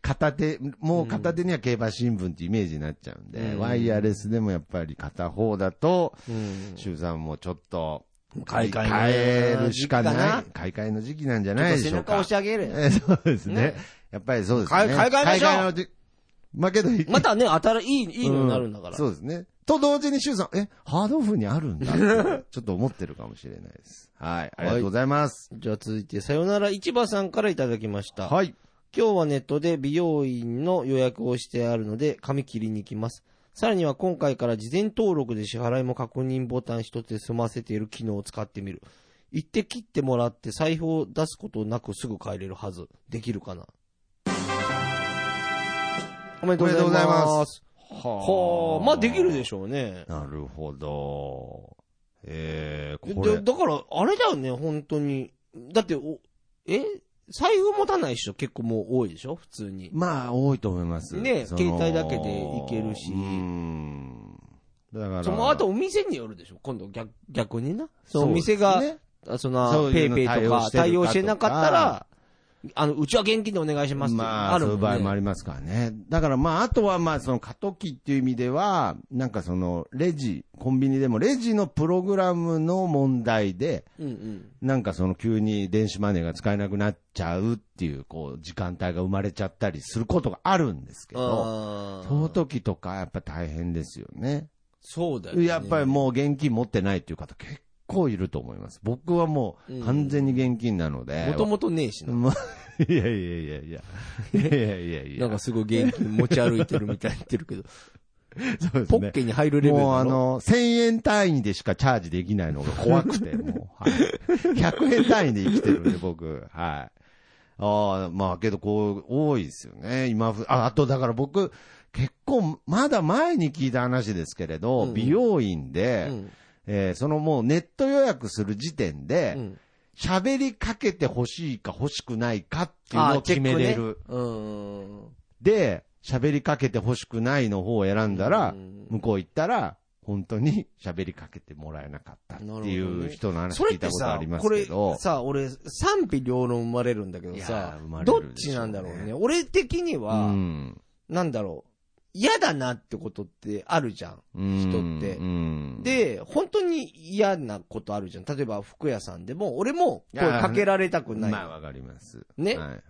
[SPEAKER 2] 片手、もう片手には競馬新聞ってイメージになっちゃうんで、
[SPEAKER 1] うん
[SPEAKER 2] ワイヤレスでもやっぱり片方だと、
[SPEAKER 1] うん。
[SPEAKER 2] 周さんもちょっと、
[SPEAKER 1] 買い替え
[SPEAKER 2] 変えるしか
[SPEAKER 1] 時期
[SPEAKER 2] な
[SPEAKER 1] か
[SPEAKER 2] い。買い替えの時期なんじゃ
[SPEAKER 1] ちょ
[SPEAKER 2] な
[SPEAKER 1] っ
[SPEAKER 2] い
[SPEAKER 1] と
[SPEAKER 2] で
[SPEAKER 1] 背
[SPEAKER 2] しょう
[SPEAKER 1] 中
[SPEAKER 2] か。
[SPEAKER 1] 押してあげるよ。
[SPEAKER 2] え そうですね
[SPEAKER 1] ね。
[SPEAKER 2] やっぱりそうですね。
[SPEAKER 1] 買い買い替えましょう
[SPEAKER 2] 買の時まあけど、
[SPEAKER 1] またね、当たる、いい、いいのになるんだか
[SPEAKER 2] う
[SPEAKER 1] ら。
[SPEAKER 2] そうですね。と同時に周さん、え、ハードオフにあるん だって、ちょっと思ってるかもしれないです。はい。ありがとうございます。
[SPEAKER 1] じゃあ続いて、さよなら市場さんからいただきました。
[SPEAKER 2] はい。
[SPEAKER 1] 今日はネットで美容院の予約をしてあるので、髪切りに行きます。さらには今回から事前登録で支払いも確認ボタン一つで済ませている機能を使ってみる。行って切ってもらって財布を出すことなくすぐ帰れるはず。できるかなおめでとうござい
[SPEAKER 2] おめでとうござい
[SPEAKER 1] ま。
[SPEAKER 2] ます
[SPEAKER 1] は
[SPEAKER 2] は
[SPEAKER 1] あ、まあできるでしょうね。
[SPEAKER 2] なるほど。えー、こ
[SPEAKER 1] で
[SPEAKER 2] れ。
[SPEAKER 1] だから、あれだよね、本当に。だってお、え財布持たない人結構もう多いでしょ普通に。
[SPEAKER 2] まあ、多いと思います。
[SPEAKER 1] ね
[SPEAKER 2] その
[SPEAKER 1] 携帯だけでいけるし
[SPEAKER 2] うん。だから。
[SPEAKER 1] そのあとお店によるでしょ今度逆逆にな。そのお
[SPEAKER 2] うです
[SPEAKER 1] 店
[SPEAKER 2] ね
[SPEAKER 1] が、あそ
[SPEAKER 2] そ
[SPEAKER 1] の
[SPEAKER 2] う
[SPEAKER 1] ペ
[SPEAKER 2] い
[SPEAKER 1] イ
[SPEAKER 2] うの
[SPEAKER 1] ペイとか対
[SPEAKER 2] 対
[SPEAKER 1] 応
[SPEAKER 2] 応
[SPEAKER 1] し
[SPEAKER 2] してて
[SPEAKER 1] な
[SPEAKER 2] るかとか
[SPEAKER 1] かったら、あの、うちは現金でお願いしますって
[SPEAKER 2] まあ、
[SPEAKER 1] る
[SPEAKER 2] そう
[SPEAKER 1] も
[SPEAKER 2] いうん場合
[SPEAKER 1] ね。
[SPEAKER 2] もありますからね。だからまあ、あとはまあ、その過渡期っていう意味では、なんかその、レジ、コンビニでもレジのプログラムの問題で、
[SPEAKER 1] うんうん。
[SPEAKER 2] なんかその急に電子マネーが使えなくなっちゃうっていう、こう、時間帯が生まれちゃったりすることがあるんですけど、
[SPEAKER 1] あ
[SPEAKER 2] その
[SPEAKER 1] ー
[SPEAKER 2] 時とかやっぱ大変ですよね。
[SPEAKER 1] そうだよね。
[SPEAKER 2] やっぱりもう現金持ってないっていう方結構いると思います。僕はもう完全に現金なので。
[SPEAKER 1] もともとねえしな。
[SPEAKER 2] もう いやいやいやいや。いやいやいやいや。
[SPEAKER 1] なんかすごい現金持ち歩いてるみたいに言ってるけ ど、
[SPEAKER 2] そうです
[SPEAKER 1] ポ
[SPEAKER 2] ね
[SPEAKER 1] ッケに入るレベルだろ
[SPEAKER 2] もうあの、1000円単位でしかチャージできないのが怖 くて、もう、はい。100円単位で生きてるんで、僕、はい。ああ、まあけどこう、多いですよね。今ふ、あ、あとだから僕、結構、まだ前に聞いた話ですけれど、
[SPEAKER 1] うん
[SPEAKER 2] 美容院で、
[SPEAKER 1] うん
[SPEAKER 2] えーそのもうネット予約する時点で
[SPEAKER 1] う、ん
[SPEAKER 2] 喋、りかけて欲しいか欲しくないかっていう
[SPEAKER 1] あ
[SPEAKER 2] の
[SPEAKER 1] ー
[SPEAKER 2] を
[SPEAKER 1] チェ
[SPEAKER 2] 決
[SPEAKER 1] ッ
[SPEAKER 2] め
[SPEAKER 1] クね
[SPEAKER 2] れる。
[SPEAKER 1] うん。
[SPEAKER 2] で、喋りかけて欲しくないの方を選んだら、
[SPEAKER 1] うん
[SPEAKER 2] 向こう行ったら、本当に喋りかけてもらえなかったってい
[SPEAKER 1] なるほど
[SPEAKER 2] う
[SPEAKER 1] ね
[SPEAKER 2] 人の話
[SPEAKER 1] それ
[SPEAKER 2] 聞
[SPEAKER 1] っ
[SPEAKER 2] い
[SPEAKER 1] て
[SPEAKER 2] たことあ
[SPEAKER 1] さ
[SPEAKER 2] り、ま
[SPEAKER 1] こ
[SPEAKER 2] すけ
[SPEAKER 1] れ
[SPEAKER 2] ど。
[SPEAKER 1] さ、俺、賛否両論生まれるんだけど
[SPEAKER 2] い
[SPEAKER 1] さ
[SPEAKER 2] やー生ま、れ
[SPEAKER 1] ど
[SPEAKER 2] る
[SPEAKER 1] っ
[SPEAKER 2] でし
[SPEAKER 1] ち
[SPEAKER 2] ょうね
[SPEAKER 1] なんだろうね。俺的に
[SPEAKER 2] う
[SPEAKER 1] は、
[SPEAKER 2] ん。
[SPEAKER 1] なんだろう、嫌だなってことってあるじゃん。人って
[SPEAKER 2] うん、
[SPEAKER 1] で、本当に嫌なことあるじゃん。例えば服屋さんでも、俺も
[SPEAKER 2] い
[SPEAKER 1] 声
[SPEAKER 2] やー
[SPEAKER 1] かけられたくない。
[SPEAKER 2] まあわかります。
[SPEAKER 1] ね
[SPEAKER 2] はいはい。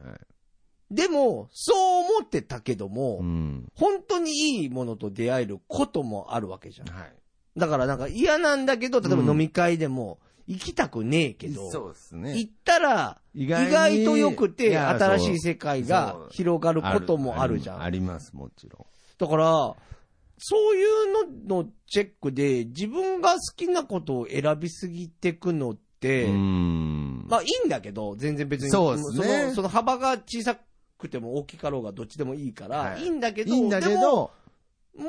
[SPEAKER 1] でも、そう思ってたけども、
[SPEAKER 2] うん。
[SPEAKER 1] 本当にいいものと出会えることもあるわけじゃん。
[SPEAKER 2] はい。
[SPEAKER 1] だからなんか嫌なんだけど、例えば飲み会でも、行きたくねえけど、
[SPEAKER 2] そうですね。
[SPEAKER 1] 行ったら、
[SPEAKER 2] 意
[SPEAKER 1] 意外と良
[SPEAKER 2] よ
[SPEAKER 1] くて、新しい世界が
[SPEAKER 2] そう
[SPEAKER 1] 広がることもあるじゃ
[SPEAKER 2] あ
[SPEAKER 1] ん。
[SPEAKER 2] ります、もちろ
[SPEAKER 1] だから、そういうののチェックで、自分が好きなことを選びすぎてくのって、
[SPEAKER 2] ん。うん。
[SPEAKER 1] まあいいんだけど、全然別に。
[SPEAKER 2] そうですね
[SPEAKER 1] の、その幅が小さくても大きかろうがどっちでもいいから、
[SPEAKER 2] はい
[SPEAKER 1] い、いんだけど、
[SPEAKER 2] いいんだけ
[SPEAKER 1] でも、
[SPEAKER 2] ど、
[SPEAKER 1] もう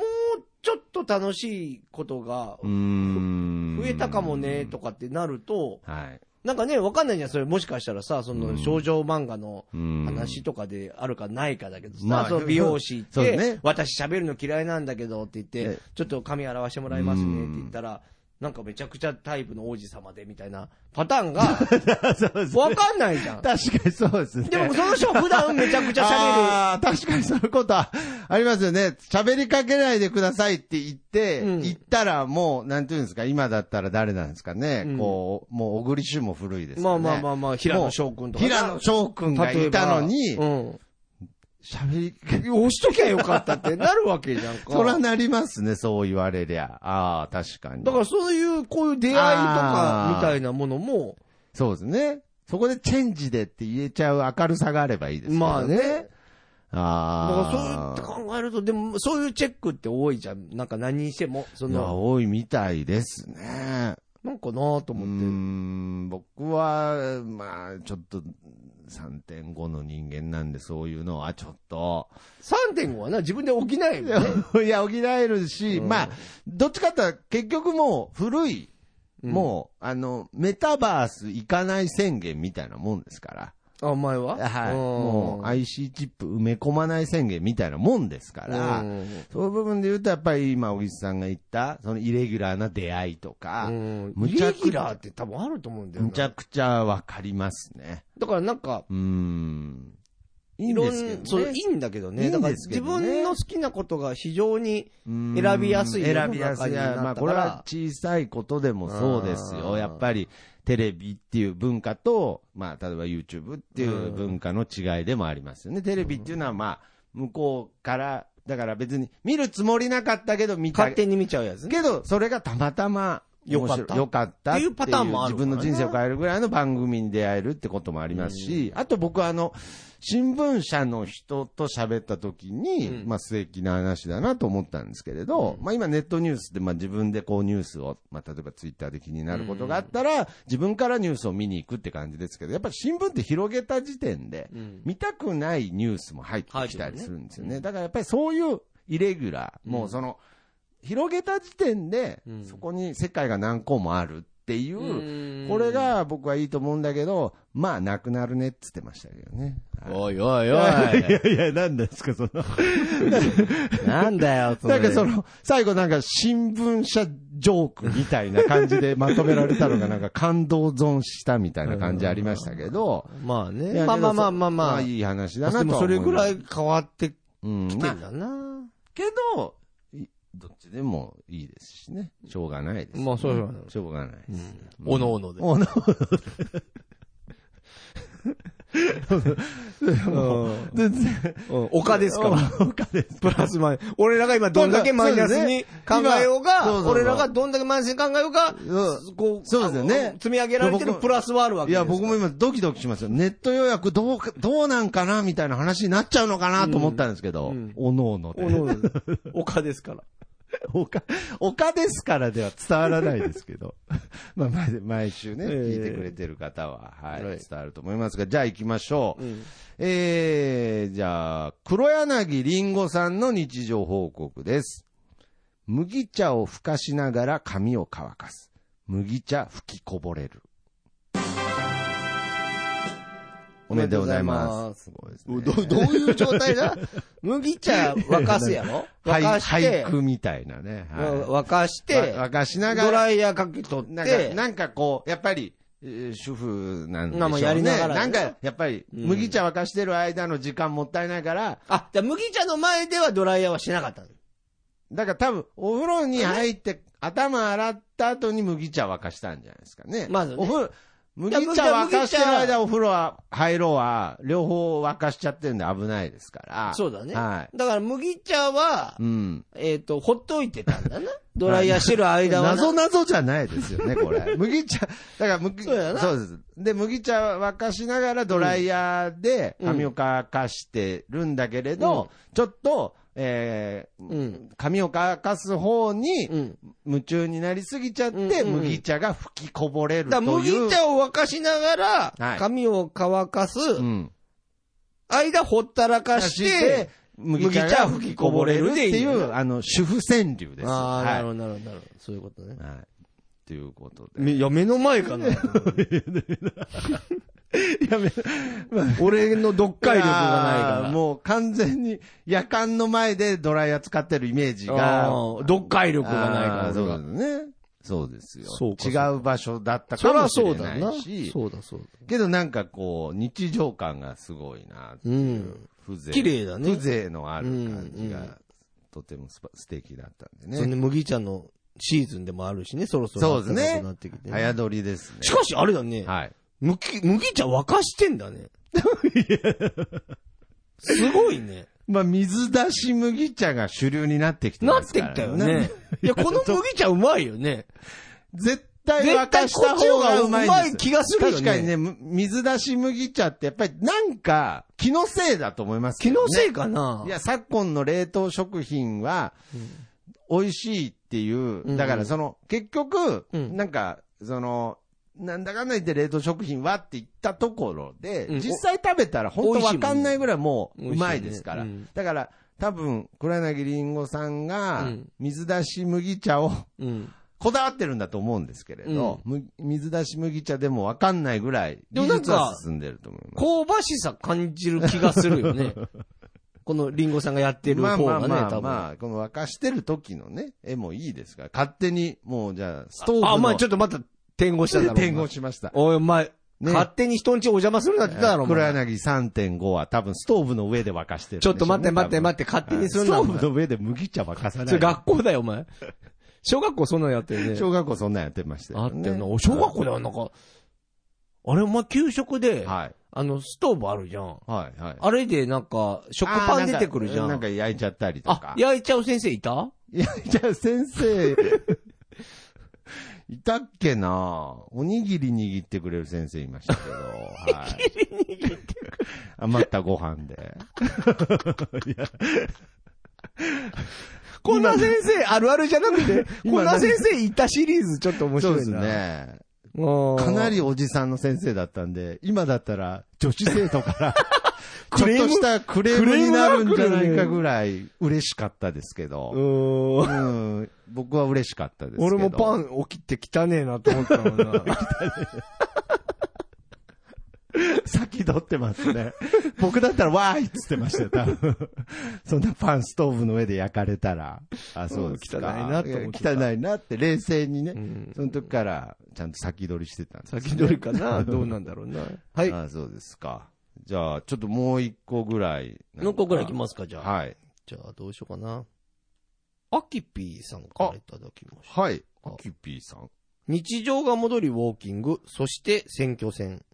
[SPEAKER 1] ちょっと楽しいことが
[SPEAKER 2] うーん。
[SPEAKER 1] 増えたかもね、とかってなると、
[SPEAKER 2] はい。
[SPEAKER 1] なんかね、わかんないじゃん、それもしかしたらさ、その少女漫画の、
[SPEAKER 2] うん
[SPEAKER 1] 話とかであるかないかだけどさ、
[SPEAKER 2] まあ
[SPEAKER 1] その美容師行っ
[SPEAKER 2] そう
[SPEAKER 1] て、
[SPEAKER 2] ね
[SPEAKER 1] 私喋るの嫌いなんだけどって言っ
[SPEAKER 2] え
[SPEAKER 1] て、ちょっと髪洗わしてもらいますねって言ったら、なんかめちゃくちゃタイプの王子様でみたいなパターンが、
[SPEAKER 2] そうですね
[SPEAKER 1] わかんない じゃん。
[SPEAKER 2] 確かにそうですね。
[SPEAKER 1] でもその人は普段めちゃくちゃ喋
[SPEAKER 2] あー確かにそういうことはありますよね。喋りかけないでくださいって言って、
[SPEAKER 1] うん
[SPEAKER 2] 言ったらもう、なんていうんですか、今だったら誰なんですかね。
[SPEAKER 1] うん
[SPEAKER 2] こう、もう、小栗旬も古いです
[SPEAKER 1] ま
[SPEAKER 2] よ
[SPEAKER 1] あ
[SPEAKER 2] ね。
[SPEAKER 1] まあまあまあ、平野翔くんとか。
[SPEAKER 2] 平野翔くんが
[SPEAKER 1] 例え
[SPEAKER 2] い
[SPEAKER 1] ば
[SPEAKER 2] たのに、
[SPEAKER 1] うん。
[SPEAKER 2] 喋りかけ、
[SPEAKER 1] 押しときゃよかったってなるわけじゃん か。
[SPEAKER 2] そらなりますね、そう言われりゃ。ああ、確かに。
[SPEAKER 1] だからそういう、こういう出会いとか、みたいなものも、
[SPEAKER 2] そうですね。そこでチェンジでって言えちゃう明るさがあればいいですけど
[SPEAKER 1] まあ。ね。だからそう
[SPEAKER 2] ああ。
[SPEAKER 1] いうって考えると、でもそういうチェックって多いじゃん。なんか何にしても、そ
[SPEAKER 2] いや、
[SPEAKER 1] の、
[SPEAKER 2] 多いみたいですね。
[SPEAKER 1] なんかなぁと
[SPEAKER 2] うー
[SPEAKER 1] 思って。
[SPEAKER 2] ん、僕は、まあ、ちょっと、3.5の人間なんで、そういうのはちょっと。
[SPEAKER 1] 3.5はな、自分で起きないよね。
[SPEAKER 2] いや、補えるし、
[SPEAKER 1] うん
[SPEAKER 2] まあ、どっちかって言ったら結局もう古い、もう、あの、メタバース行かない宣言みたいなもんですから。
[SPEAKER 1] あ、お前は
[SPEAKER 2] はい。
[SPEAKER 1] うん
[SPEAKER 2] もう IC チップ埋め込まない宣言みたいなもんですから、
[SPEAKER 1] うん
[SPEAKER 2] そういう部分で言うとやっぱり今、小木さんが言った、そのイレギュラーな出会いとか
[SPEAKER 1] う、ん。
[SPEAKER 2] む
[SPEAKER 1] イ
[SPEAKER 2] ちゃ
[SPEAKER 1] レ
[SPEAKER 2] くちゃ
[SPEAKER 1] ギュラーって多分あると思うんだよ
[SPEAKER 2] むち
[SPEAKER 1] な。
[SPEAKER 2] ゃくちゃわかりますね。
[SPEAKER 1] だからなんか、
[SPEAKER 2] うーん。い
[SPEAKER 1] いろんそう、い
[SPEAKER 2] 選
[SPEAKER 1] いんだけど
[SPEAKER 2] いい
[SPEAKER 1] ね。
[SPEAKER 2] ん
[SPEAKER 1] だから
[SPEAKER 2] ですけ
[SPEAKER 1] 自
[SPEAKER 2] どね
[SPEAKER 1] 分の好きなことが非常に、選びやすい世の
[SPEAKER 2] 選
[SPEAKER 1] 中
[SPEAKER 2] び
[SPEAKER 1] に
[SPEAKER 2] やす
[SPEAKER 1] な
[SPEAKER 2] い。
[SPEAKER 1] ったから
[SPEAKER 2] まあ、これは小さいことでもそうです
[SPEAKER 1] う
[SPEAKER 2] よ。
[SPEAKER 1] ん
[SPEAKER 2] やっぱり、テレビっていう文化と、まあ、例えば YouTube っていう文化の違いでもありますよね。テレビっていうのは、まあ、向こうから、だから別に、見るつもりなかったけど、見た
[SPEAKER 1] 勝。手に見ちゃうやつね。
[SPEAKER 2] けど、それがたまたま、
[SPEAKER 1] よかった
[SPEAKER 2] 面白いよかった
[SPEAKER 1] っていうパターンもある
[SPEAKER 2] っていう自分の人生を変えるぐらいの番組に出会えるってこともありますし、あと僕はあの、新聞社の人と喋った時に、
[SPEAKER 1] うん
[SPEAKER 2] まあ素敵な話だなと思ったんですけれど、まあ今ネットニュースでまあ自分でこうニュースを、まあ例えばツイッターで気になることがあったら、自分からニュースを見に行くって感じですけど、やっぱり新聞って広げた時点で、
[SPEAKER 1] うん
[SPEAKER 2] 見たくないニュースも入ってきたりするんですよね。だからやっぱりそういうイレギュラー、もうその、広げた時点で、
[SPEAKER 1] うん
[SPEAKER 2] そこに世界が何個もあるっていう、
[SPEAKER 1] うん
[SPEAKER 2] これ、が僕はいいと思うんだけど、まあ、なくなるねっつってましたけどね。はい
[SPEAKER 1] おいおい
[SPEAKER 2] い
[SPEAKER 1] おい。
[SPEAKER 2] やいや、なんですか、そ の。
[SPEAKER 1] なんだよ、それ
[SPEAKER 2] なんかその、最後なんか新聞社ジョークみたいな感じでまとめられたのがなんか感動損したみたいな感じありましたけど、
[SPEAKER 1] まあ
[SPEAKER 2] いや
[SPEAKER 1] ね。まあまあまあまあまあ。
[SPEAKER 2] いい話だなと
[SPEAKER 1] で
[SPEAKER 2] は
[SPEAKER 1] も
[SPEAKER 2] 思ます
[SPEAKER 1] それぐらい、変わって
[SPEAKER 2] うん、
[SPEAKER 1] きてん
[SPEAKER 2] まあ
[SPEAKER 1] だな。
[SPEAKER 2] けど、いどっちでもいいですしね。しょうがないです、
[SPEAKER 1] まあそうそう
[SPEAKER 2] しょうがないです。
[SPEAKER 1] おのおので。
[SPEAKER 2] おの
[SPEAKER 1] うん
[SPEAKER 2] 全然。
[SPEAKER 1] 丘ですから。
[SPEAKER 2] 他です。
[SPEAKER 1] プラスマイナス。俺らが今どんだけマイナスに考えよう
[SPEAKER 2] そうそう
[SPEAKER 1] が、
[SPEAKER 2] そう
[SPEAKER 1] 俺らがどんだけマイナスに考えようが、
[SPEAKER 2] う
[SPEAKER 1] こう、
[SPEAKER 2] そうですよね
[SPEAKER 1] あの積み上げられてるプラスはあるわけ
[SPEAKER 2] い
[SPEAKER 1] です
[SPEAKER 2] や、僕も今ドキドキしますよ。ネット予約どうか、どうなんかなみたいな話になっちゃうのかなと思ったんですけど、
[SPEAKER 1] うんうん
[SPEAKER 2] おのおので
[SPEAKER 1] おのおので。丘ですから。
[SPEAKER 2] 丘、丘ですからでは伝わらないですけど。まあ、毎毎週ね、
[SPEAKER 1] ええ
[SPEAKER 2] 聞いてくれてる方は、はい、
[SPEAKER 1] はい
[SPEAKER 2] 伝わると思いますが、じゃあ行きましょう。
[SPEAKER 1] うん
[SPEAKER 2] えー、じゃあ、黒柳りんごさんの日常報告です。麦茶をふかしながら髪を乾かす。麦茶吹きこぼれる。おめでとうございます。すごいですね
[SPEAKER 1] ど、どういう状態だ 麦茶沸かすやろ沸
[SPEAKER 2] は
[SPEAKER 1] か
[SPEAKER 2] い
[SPEAKER 1] して
[SPEAKER 2] 俳、句みたいなね。
[SPEAKER 1] うん
[SPEAKER 2] は
[SPEAKER 1] 沸かし
[SPEAKER 2] い、
[SPEAKER 1] て
[SPEAKER 2] わ、沸かしながら。
[SPEAKER 1] ドライヤーかけとっ
[SPEAKER 2] なんか、
[SPEAKER 1] て、
[SPEAKER 2] なんかこう、やっぱり、えー主婦なんでしょう
[SPEAKER 1] まあ
[SPEAKER 2] ね。
[SPEAKER 1] やりながら
[SPEAKER 2] なん
[SPEAKER 1] ね
[SPEAKER 2] か、やっぱり、
[SPEAKER 1] うん
[SPEAKER 2] 麦茶沸かしてる間の時間もったいないから、
[SPEAKER 1] あ、じゃあ麦茶の前ではドライヤーはしなかったの
[SPEAKER 2] だから多分、お風呂に入って、頭洗った後に麦茶沸かしたんじゃないですかね。
[SPEAKER 1] まずね
[SPEAKER 2] お風呂、麦茶沸かしてる
[SPEAKER 1] 麦
[SPEAKER 2] 間お風呂は、入ろうは、両方沸かしちゃってるんで危ないですから。
[SPEAKER 1] そうだね。
[SPEAKER 2] は
[SPEAKER 1] だから麦茶は、
[SPEAKER 2] い。うん。
[SPEAKER 1] えっ、と、ほっといてたんだな。ドライヤーしてる間はな。
[SPEAKER 2] 謎謎じゃないですよね、こ れ。麦茶、だから麦、
[SPEAKER 1] そうやな
[SPEAKER 2] そうです。で、麦茶沸かしながらドライヤーで髪を乾かしてるんだけれど、
[SPEAKER 1] うん
[SPEAKER 2] ちょっと、えー
[SPEAKER 1] うん。
[SPEAKER 2] 髪を乾かす方に
[SPEAKER 1] うん。
[SPEAKER 2] 夢中になりすぎちゃって、
[SPEAKER 1] うんうんうん
[SPEAKER 2] 麦茶が吹きこぼれると
[SPEAKER 1] だから
[SPEAKER 2] い
[SPEAKER 1] 麦
[SPEAKER 2] う。
[SPEAKER 1] 茶を沸かしながら、
[SPEAKER 2] はい
[SPEAKER 1] 髪を乾かす、
[SPEAKER 2] うん、
[SPEAKER 1] 間ほったらかして、、
[SPEAKER 2] 麦茶が吹きこぼれるっ
[SPEAKER 1] 麦
[SPEAKER 2] てい、
[SPEAKER 1] 茶吹きこぼれるっていう
[SPEAKER 2] あの、主婦川柳です。
[SPEAKER 1] ああ、なる
[SPEAKER 2] は
[SPEAKER 1] ほど、なるほど、なるほど。そういうことね
[SPEAKER 2] い。。はい。ということで。
[SPEAKER 1] めいや、目の前 かな。俺の読解力がないか
[SPEAKER 2] あ
[SPEAKER 1] ら。
[SPEAKER 2] ーもう完全に夜間の前でドライヤー使ってるイメージが。
[SPEAKER 1] うん読解力がないから
[SPEAKER 2] あー
[SPEAKER 1] 俺
[SPEAKER 2] そ
[SPEAKER 1] が
[SPEAKER 2] うですね。そうですよ。
[SPEAKER 1] そうかそうか
[SPEAKER 2] 違う場所だった
[SPEAKER 1] そ
[SPEAKER 2] か
[SPEAKER 1] り
[SPEAKER 2] も
[SPEAKER 1] ゃ
[SPEAKER 2] し
[SPEAKER 1] そ
[SPEAKER 2] れ
[SPEAKER 1] うだ
[SPEAKER 2] な。
[SPEAKER 1] ない
[SPEAKER 2] し。
[SPEAKER 1] そうだそうだ。
[SPEAKER 2] けどなんかこう、日常感がすごいな、って
[SPEAKER 1] う。
[SPEAKER 2] いうん風情。
[SPEAKER 1] 綺麗だね。
[SPEAKER 2] 風情のある感じ
[SPEAKER 1] うんう
[SPEAKER 2] が
[SPEAKER 1] ん、
[SPEAKER 2] とてもすば素敵だったんで
[SPEAKER 1] それ
[SPEAKER 2] ね。
[SPEAKER 1] で麦茶のシーズンでもあるしね、そろそろ。
[SPEAKER 2] そうですね
[SPEAKER 1] 暖かくなってきてね
[SPEAKER 2] 早撮りですね。
[SPEAKER 1] しかしあれだね、
[SPEAKER 2] はい。
[SPEAKER 1] むき麦茶沸かしてんだね。すごいね。
[SPEAKER 2] まあ、水出し麦茶が主流になってきて
[SPEAKER 1] な
[SPEAKER 2] ま
[SPEAKER 1] っ
[SPEAKER 2] す
[SPEAKER 1] て
[SPEAKER 2] から
[SPEAKER 1] きたよね。。いや、この麦茶うまいよね。
[SPEAKER 2] 絶対沸
[SPEAKER 1] 絶
[SPEAKER 2] か
[SPEAKER 1] 対
[SPEAKER 2] し
[SPEAKER 1] こ
[SPEAKER 2] た
[SPEAKER 1] っちの
[SPEAKER 2] 方
[SPEAKER 1] 方
[SPEAKER 2] が
[SPEAKER 1] が
[SPEAKER 2] う
[SPEAKER 1] う
[SPEAKER 2] まい
[SPEAKER 1] ま
[SPEAKER 2] ん
[SPEAKER 1] い
[SPEAKER 2] です
[SPEAKER 1] 気
[SPEAKER 2] よ
[SPEAKER 1] がするよね。
[SPEAKER 2] 確かにね、む水出し麦茶ってやっぱりなんか気のせいだと思います
[SPEAKER 1] 気
[SPEAKER 2] けど
[SPEAKER 1] の
[SPEAKER 2] ね。
[SPEAKER 1] せいかない
[SPEAKER 2] や、昨今の冷凍食品は、美味しいっていう、
[SPEAKER 1] ん
[SPEAKER 2] だからその、結局、
[SPEAKER 1] うん
[SPEAKER 2] なんか、その、なんだかんだ言って冷凍食品はって言ったところで、
[SPEAKER 1] うん
[SPEAKER 2] 実際食べたら本当わかんないぐらいもううまいですから。
[SPEAKER 1] 美味しいよね
[SPEAKER 2] だから、多分、黒柳りんごさん
[SPEAKER 1] う
[SPEAKER 2] が
[SPEAKER 1] ん、
[SPEAKER 2] 水出し麦茶を
[SPEAKER 1] うん。
[SPEAKER 2] こだわってるんだと思うんですけれど、む水出し麦茶でもわかんないぐらい、
[SPEAKER 1] でも
[SPEAKER 2] 技
[SPEAKER 1] なんか
[SPEAKER 2] 術は進んでると思います。
[SPEAKER 1] 香ばしさ感じる気がするよね。 このリンゴさんがやってる
[SPEAKER 2] まあ
[SPEAKER 1] 方
[SPEAKER 2] まあ
[SPEAKER 1] がね、
[SPEAKER 2] まあ
[SPEAKER 1] 多分。
[SPEAKER 2] まあ、この沸かしてる時のね、絵もいいですから、勝手に、もうじゃあ、ストーブの。
[SPEAKER 1] あ、まあちょ
[SPEAKER 2] っ
[SPEAKER 1] っとまた転号しただろうな。
[SPEAKER 2] 転校しました。
[SPEAKER 1] おい、お前、
[SPEAKER 2] ね
[SPEAKER 1] 勝手に人んちお邪魔するなって言っただろ、お前
[SPEAKER 2] 黒柳3.5は多分ストーブの上で沸かしてるんで
[SPEAKER 1] ち
[SPEAKER 2] し
[SPEAKER 1] ょ
[SPEAKER 2] ょう
[SPEAKER 1] っ
[SPEAKER 2] ね、
[SPEAKER 1] と待って待って待っ
[SPEAKER 2] っ
[SPEAKER 1] て、勝手にするな。
[SPEAKER 2] ス
[SPEAKER 1] お
[SPEAKER 2] トー
[SPEAKER 1] 前
[SPEAKER 2] ブの上で麦茶沸かさな
[SPEAKER 1] それ
[SPEAKER 2] い。
[SPEAKER 1] 学校だよ、お 前。小学校そんなのやってるね。
[SPEAKER 2] 小学校そんなんやってました
[SPEAKER 1] あったよな。
[SPEAKER 2] ね
[SPEAKER 1] お小学校ではなんか、あれ、お前給食で、
[SPEAKER 2] はい。
[SPEAKER 1] あの、ストーブあるじゃん。
[SPEAKER 2] はい。はい。
[SPEAKER 1] あれでなんか、食パン出てくるじゃ
[SPEAKER 2] あー
[SPEAKER 1] ん。
[SPEAKER 2] なん
[SPEAKER 1] あ
[SPEAKER 2] か焼いちゃったりとか。
[SPEAKER 1] 焼いちゃう先生いた
[SPEAKER 2] いや、じゃあ先生、いたっけなおにぎり握ってくれる先生いましたけど。はい、余ったご飯で。
[SPEAKER 1] こんな先生あるあるじゃなくて、こ
[SPEAKER 2] 今
[SPEAKER 1] んな先生いたシリーズちょっと面
[SPEAKER 2] そう
[SPEAKER 1] 白い
[SPEAKER 2] で
[SPEAKER 1] な。
[SPEAKER 2] す。ね。
[SPEAKER 1] か、
[SPEAKER 2] かなりおじさんの先生だったんで、今だったら女子生徒から
[SPEAKER 1] ク
[SPEAKER 2] ちょっ
[SPEAKER 1] レーム
[SPEAKER 2] としたクレームになるんじゃない
[SPEAKER 1] クレームが来る
[SPEAKER 2] か
[SPEAKER 1] ね
[SPEAKER 2] ぐらい嬉しかったですけど。
[SPEAKER 1] うーん。
[SPEAKER 2] うん、僕は嬉しかったですけど。
[SPEAKER 1] 俺もパ
[SPEAKER 2] ン。
[SPEAKER 1] ン起きて汚ねえなと思ったもんな。
[SPEAKER 2] 先取ってますね。 僕だったらわーいっつってましたよ、多分。 そんなパンストーブの上で焼かれたら。あ、そうですか。
[SPEAKER 1] うん汚いなと思ってた
[SPEAKER 2] や汚いなって冷静にね。
[SPEAKER 1] ん
[SPEAKER 2] その時からちゃんと先取りしてたんです、ね。
[SPEAKER 1] 先取りか などうなんだろうな。はい。
[SPEAKER 2] あ、そうですか。じゃあ、ちょっともう一個ぐらい。
[SPEAKER 1] 何個ぐらいいきますか、じゃあ。
[SPEAKER 2] はい。
[SPEAKER 1] じゃあ、どうしようかな。アキピーさんからいただきました。
[SPEAKER 2] はい。
[SPEAKER 1] あ
[SPEAKER 2] アキュピーさん。
[SPEAKER 1] 日常が戻りウォーキング、そして選挙戦。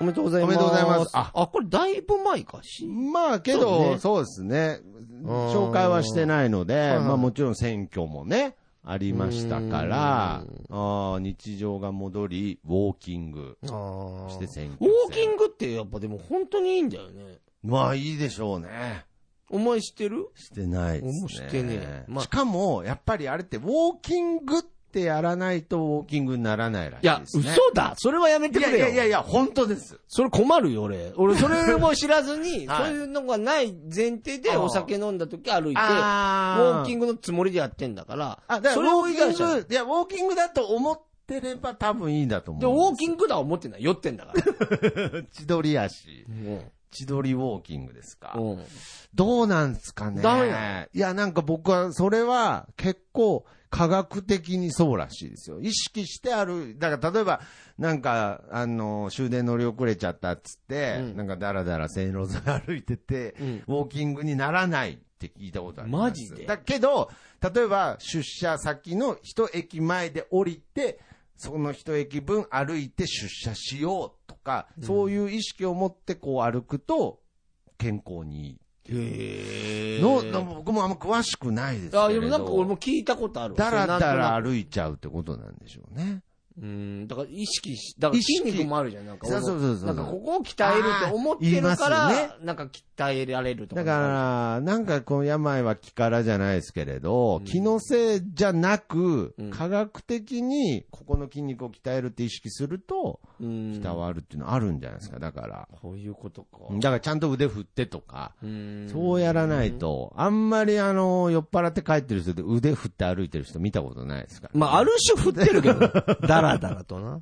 [SPEAKER 1] おめでとうございます。
[SPEAKER 2] おめでとうございます
[SPEAKER 1] あ
[SPEAKER 2] あ、
[SPEAKER 1] これだいぶ前かし。
[SPEAKER 2] まあけ
[SPEAKER 1] そう
[SPEAKER 2] ど、
[SPEAKER 1] ね
[SPEAKER 2] そうですね。紹介はしてないの
[SPEAKER 1] い
[SPEAKER 2] で、
[SPEAKER 1] はい
[SPEAKER 2] まあもちろん選挙もね、ありましたから、
[SPEAKER 1] う
[SPEAKER 2] あ
[SPEAKER 1] ー
[SPEAKER 2] ー日常が戻り、ウォーキング、
[SPEAKER 1] あー
[SPEAKER 2] そして選
[SPEAKER 1] ウ
[SPEAKER 2] 挙
[SPEAKER 1] ォーキ
[SPEAKER 2] グ
[SPEAKER 1] ングってやっぱでも本当にいいんだよね。
[SPEAKER 2] まあいいでしょうね。
[SPEAKER 1] お前知ってる
[SPEAKER 2] してないです
[SPEAKER 1] 俺
[SPEAKER 2] ね。
[SPEAKER 1] もしてねえまあ
[SPEAKER 2] しかも、やっぱりあれって、ウォーキングってやらないとウォーキングにならないらし
[SPEAKER 1] い
[SPEAKER 2] い
[SPEAKER 1] や
[SPEAKER 2] で、す、ね。
[SPEAKER 1] 嘘だそれはやめて
[SPEAKER 2] い
[SPEAKER 1] く
[SPEAKER 2] や
[SPEAKER 1] れよ
[SPEAKER 2] いやいやいや、本当です。
[SPEAKER 1] それ困るよ、俺。俺、それも知らず に、
[SPEAKER 2] は
[SPEAKER 1] そ
[SPEAKER 2] い
[SPEAKER 1] ういうのがない前提で
[SPEAKER 2] あー
[SPEAKER 1] お酒飲んだ時歩いて、ウォ
[SPEAKER 2] あ
[SPEAKER 1] ーキ
[SPEAKER 2] グ
[SPEAKER 1] ングのつもりでやってんだから、
[SPEAKER 2] あ、だか
[SPEAKER 1] そ
[SPEAKER 2] ら
[SPEAKER 1] れ
[SPEAKER 2] ウォ
[SPEAKER 1] を言
[SPEAKER 2] ー
[SPEAKER 1] い
[SPEAKER 2] キ
[SPEAKER 1] 出しちゃ
[SPEAKER 2] ン
[SPEAKER 1] う
[SPEAKER 2] グ、いや、ウォーキングだと思ってれば多分いいんだと思う
[SPEAKER 1] で、ウォー
[SPEAKER 2] ン
[SPEAKER 1] キングだは思ってない。酔ってんだから。
[SPEAKER 2] グ千鳥足。
[SPEAKER 1] も
[SPEAKER 2] 千鳥ウォーキングですか
[SPEAKER 1] う。うん。
[SPEAKER 2] どうなんですかね
[SPEAKER 1] ダメない
[SPEAKER 2] や、なんか僕は、それは結構科学的にそうらしいですよ。意識してある。だから例えば、なんか、あの、終電乗り遅れちゃったっつって、
[SPEAKER 1] うん
[SPEAKER 2] なんかダラダラ線路沿い歩いてて、
[SPEAKER 1] うん
[SPEAKER 2] ウォーキングにならないって聞いたことあります。
[SPEAKER 1] マジで
[SPEAKER 2] だけど、例えば出社先の一駅前で降りて、その一駅分歩いて出社しようとか、そういう意識を持ってこう歩くと、健康にいい。
[SPEAKER 1] へ
[SPEAKER 2] の、の僕もあんま詳しくないですけれど。
[SPEAKER 1] あ、でもなんか俺も聞いたことあるわ。
[SPEAKER 2] だらだ
[SPEAKER 1] あ
[SPEAKER 2] ら
[SPEAKER 1] る。
[SPEAKER 2] 歩いちゃうってことなんでしょうね。
[SPEAKER 1] うん、だから意識し、だから
[SPEAKER 2] 意
[SPEAKER 1] 筋
[SPEAKER 2] 識
[SPEAKER 1] 肉もあるじゃん。なんか
[SPEAKER 2] そうそうそうそう
[SPEAKER 1] なんかここを鍛えると思ってるか
[SPEAKER 2] あー言いま
[SPEAKER 1] ら、なんか鍛えられるとか。
[SPEAKER 2] だから、なんかこの病は気からじゃないですけれど、
[SPEAKER 1] うん
[SPEAKER 2] 気のせいじゃなく
[SPEAKER 1] うん、
[SPEAKER 2] 科学的にここの筋肉を鍛えるって意識すると、
[SPEAKER 1] ら、うん。
[SPEAKER 2] 伝わるっていうのはあるんじゃないですか、だから。
[SPEAKER 1] こういうことか。
[SPEAKER 2] だからちゃんと腕振ってとか、
[SPEAKER 1] うん
[SPEAKER 2] そうやらない。と、あんまりあの、酔っ払って帰ってる人で腕振って歩いてる人見たことないですから。
[SPEAKER 1] まあ、ある種振ってる けど、だらだらとな。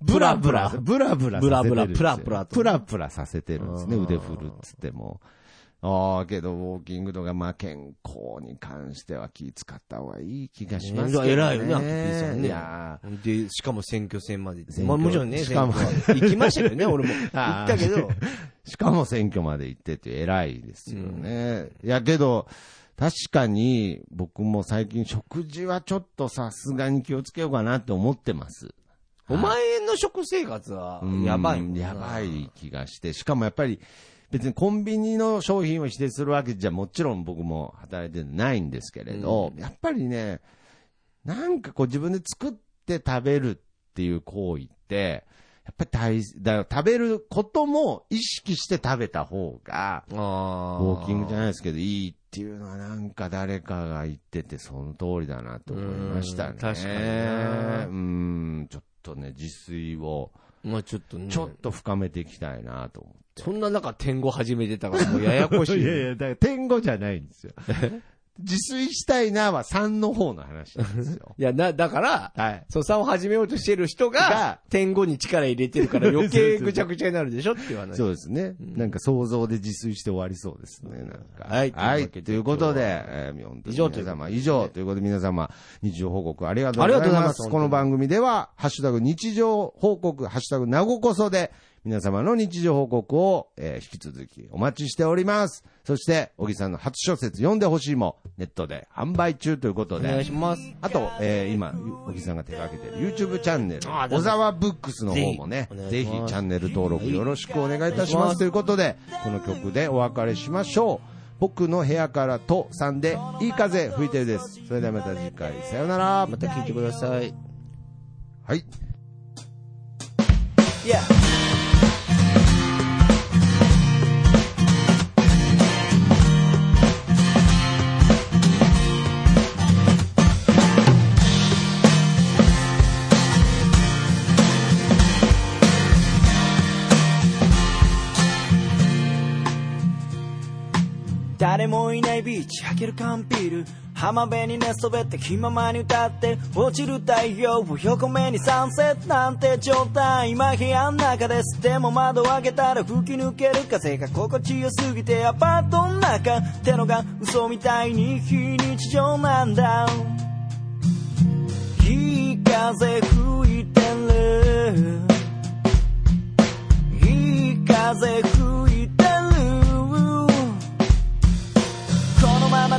[SPEAKER 2] ブラブラ、ブラブラさせてるんです
[SPEAKER 1] ブ
[SPEAKER 2] よ
[SPEAKER 1] ラブラプラプラと
[SPEAKER 2] プラプラさせてるんですね、
[SPEAKER 1] うん
[SPEAKER 2] 腕振るっつっても。ああ、けど、ウォーキングとか、まあ、健康に関しては気使った方がいい気がしますけどね。
[SPEAKER 1] ね偉いよねアキピーさんね
[SPEAKER 2] いや
[SPEAKER 1] で、しかも選挙戦までです。
[SPEAKER 2] 選挙
[SPEAKER 1] まあもちろんね、
[SPEAKER 2] しかも
[SPEAKER 1] 選挙は行きましたけど ね、俺も。行っ
[SPEAKER 2] あー
[SPEAKER 1] たけ ど、
[SPEAKER 2] ー しかも選挙まで行ってて偉いですよね。いや、けど、確かに、僕も最近食事はちょっとさすがに気をつけようかなって思ってます。
[SPEAKER 1] お前の食生活は
[SPEAKER 2] うん
[SPEAKER 1] やばいもんな
[SPEAKER 2] やばい気がして。しかもやっぱり、別にコンビニの商品を否定するわけじゃもちろん僕も働いてないんですけれど、やっぱりね、なんかこう自分で作って食べるっていう行為って、やっぱり大事だよ。食べることも意識して食べた方が、ウ
[SPEAKER 1] ああ。
[SPEAKER 2] ォーキングじゃない
[SPEAKER 1] い
[SPEAKER 2] ですけど、いいっていうのはなんか誰かが言ってて、その通りだなと思いましたね
[SPEAKER 1] う。ん確かにね
[SPEAKER 2] うん、ちょっとね、自炊を。
[SPEAKER 1] まあちょっとね。
[SPEAKER 2] ちょっと深めていきたいなと思って。
[SPEAKER 1] そんな中、天狗始めてたから、 もうややこしい。。
[SPEAKER 2] や、だから天狗じゃないんですよ。自炊したいなは3の方の話なんですよ
[SPEAKER 1] いや、な、だから、
[SPEAKER 2] はい。
[SPEAKER 1] そうさを始めようとしてる人
[SPEAKER 2] が
[SPEAKER 1] が、天狗に力入れてるから余
[SPEAKER 2] そうそう
[SPEAKER 1] 計
[SPEAKER 2] そう
[SPEAKER 1] ぐちゃぐちゃになるでしょっていう話。
[SPEAKER 2] そうですね。なんか想像で自炊して終わりそうですね。なんか。
[SPEAKER 1] はい
[SPEAKER 2] はい。と
[SPEAKER 1] と
[SPEAKER 2] い
[SPEAKER 1] いうう
[SPEAKER 2] こ
[SPEAKER 1] こととで
[SPEAKER 2] で、えー本当
[SPEAKER 1] 以
[SPEAKER 2] に
[SPEAKER 1] 上
[SPEAKER 2] 皆様、
[SPEAKER 1] ということで
[SPEAKER 2] 以上ということで皆様、日常報告ありがとうご
[SPEAKER 1] あり
[SPEAKER 2] ざい
[SPEAKER 1] がとうござい
[SPEAKER 2] ま。
[SPEAKER 1] ますす
[SPEAKER 2] この番組では、ハッシュタグ日常報告、ハッシュタグなごこそで、皆様の日常報告を、えー引き続きお待ちしております。そして、小木さんの初小説読んでほしいも、ネットで販売中ということ
[SPEAKER 1] お
[SPEAKER 2] で。
[SPEAKER 1] 願いします。
[SPEAKER 2] あと、えー今、小木さんが手掛けてる YouTube チャンネル、
[SPEAKER 1] あーどう
[SPEAKER 2] 小
[SPEAKER 1] ぞ
[SPEAKER 2] 沢ブックスの方もね
[SPEAKER 1] ぜひお、願
[SPEAKER 2] ぜ
[SPEAKER 1] いし
[SPEAKER 2] ひチ
[SPEAKER 1] ます
[SPEAKER 2] ャンネル登録よろしくお願いいたし
[SPEAKER 1] お願いし
[SPEAKER 2] ま。
[SPEAKER 1] ますす
[SPEAKER 2] ということで、この曲でお別れしましょう。僕の部屋からとさんで、いい風吹いてるです。それではまた次回、さようなら。
[SPEAKER 1] また聞いてください。
[SPEAKER 2] はい。
[SPEAKER 1] Yeah.
[SPEAKER 3] 「誰もいないビーチ開ける缶ビール」「浜辺に寝そべって気ままに歌って」「落ちる太陽を横目にサンセットなんて状態」「今部屋の中です」「でも窓を開けたら吹き抜ける風が心地よすぎて」「アパートの中ってのが嘘みたいに非日常なんだ」「いい風吹いてる」「いい風吹いてる」このまま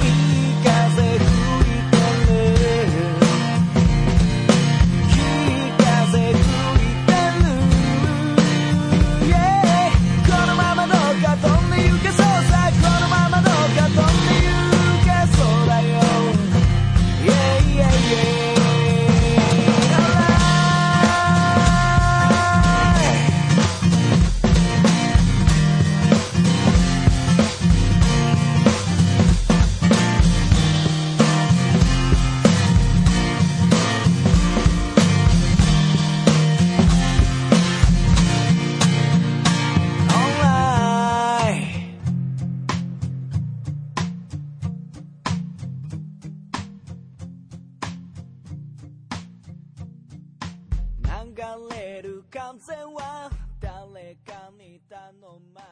[SPEAKER 3] いい風吹いてるいい風吹いてる Yeah このままどうか飛んで行けそうさこのままどうか飛んで行けそうだよ Yeah, yeah, yeah. Alright. Alright.流れる風は誰かに頼まれ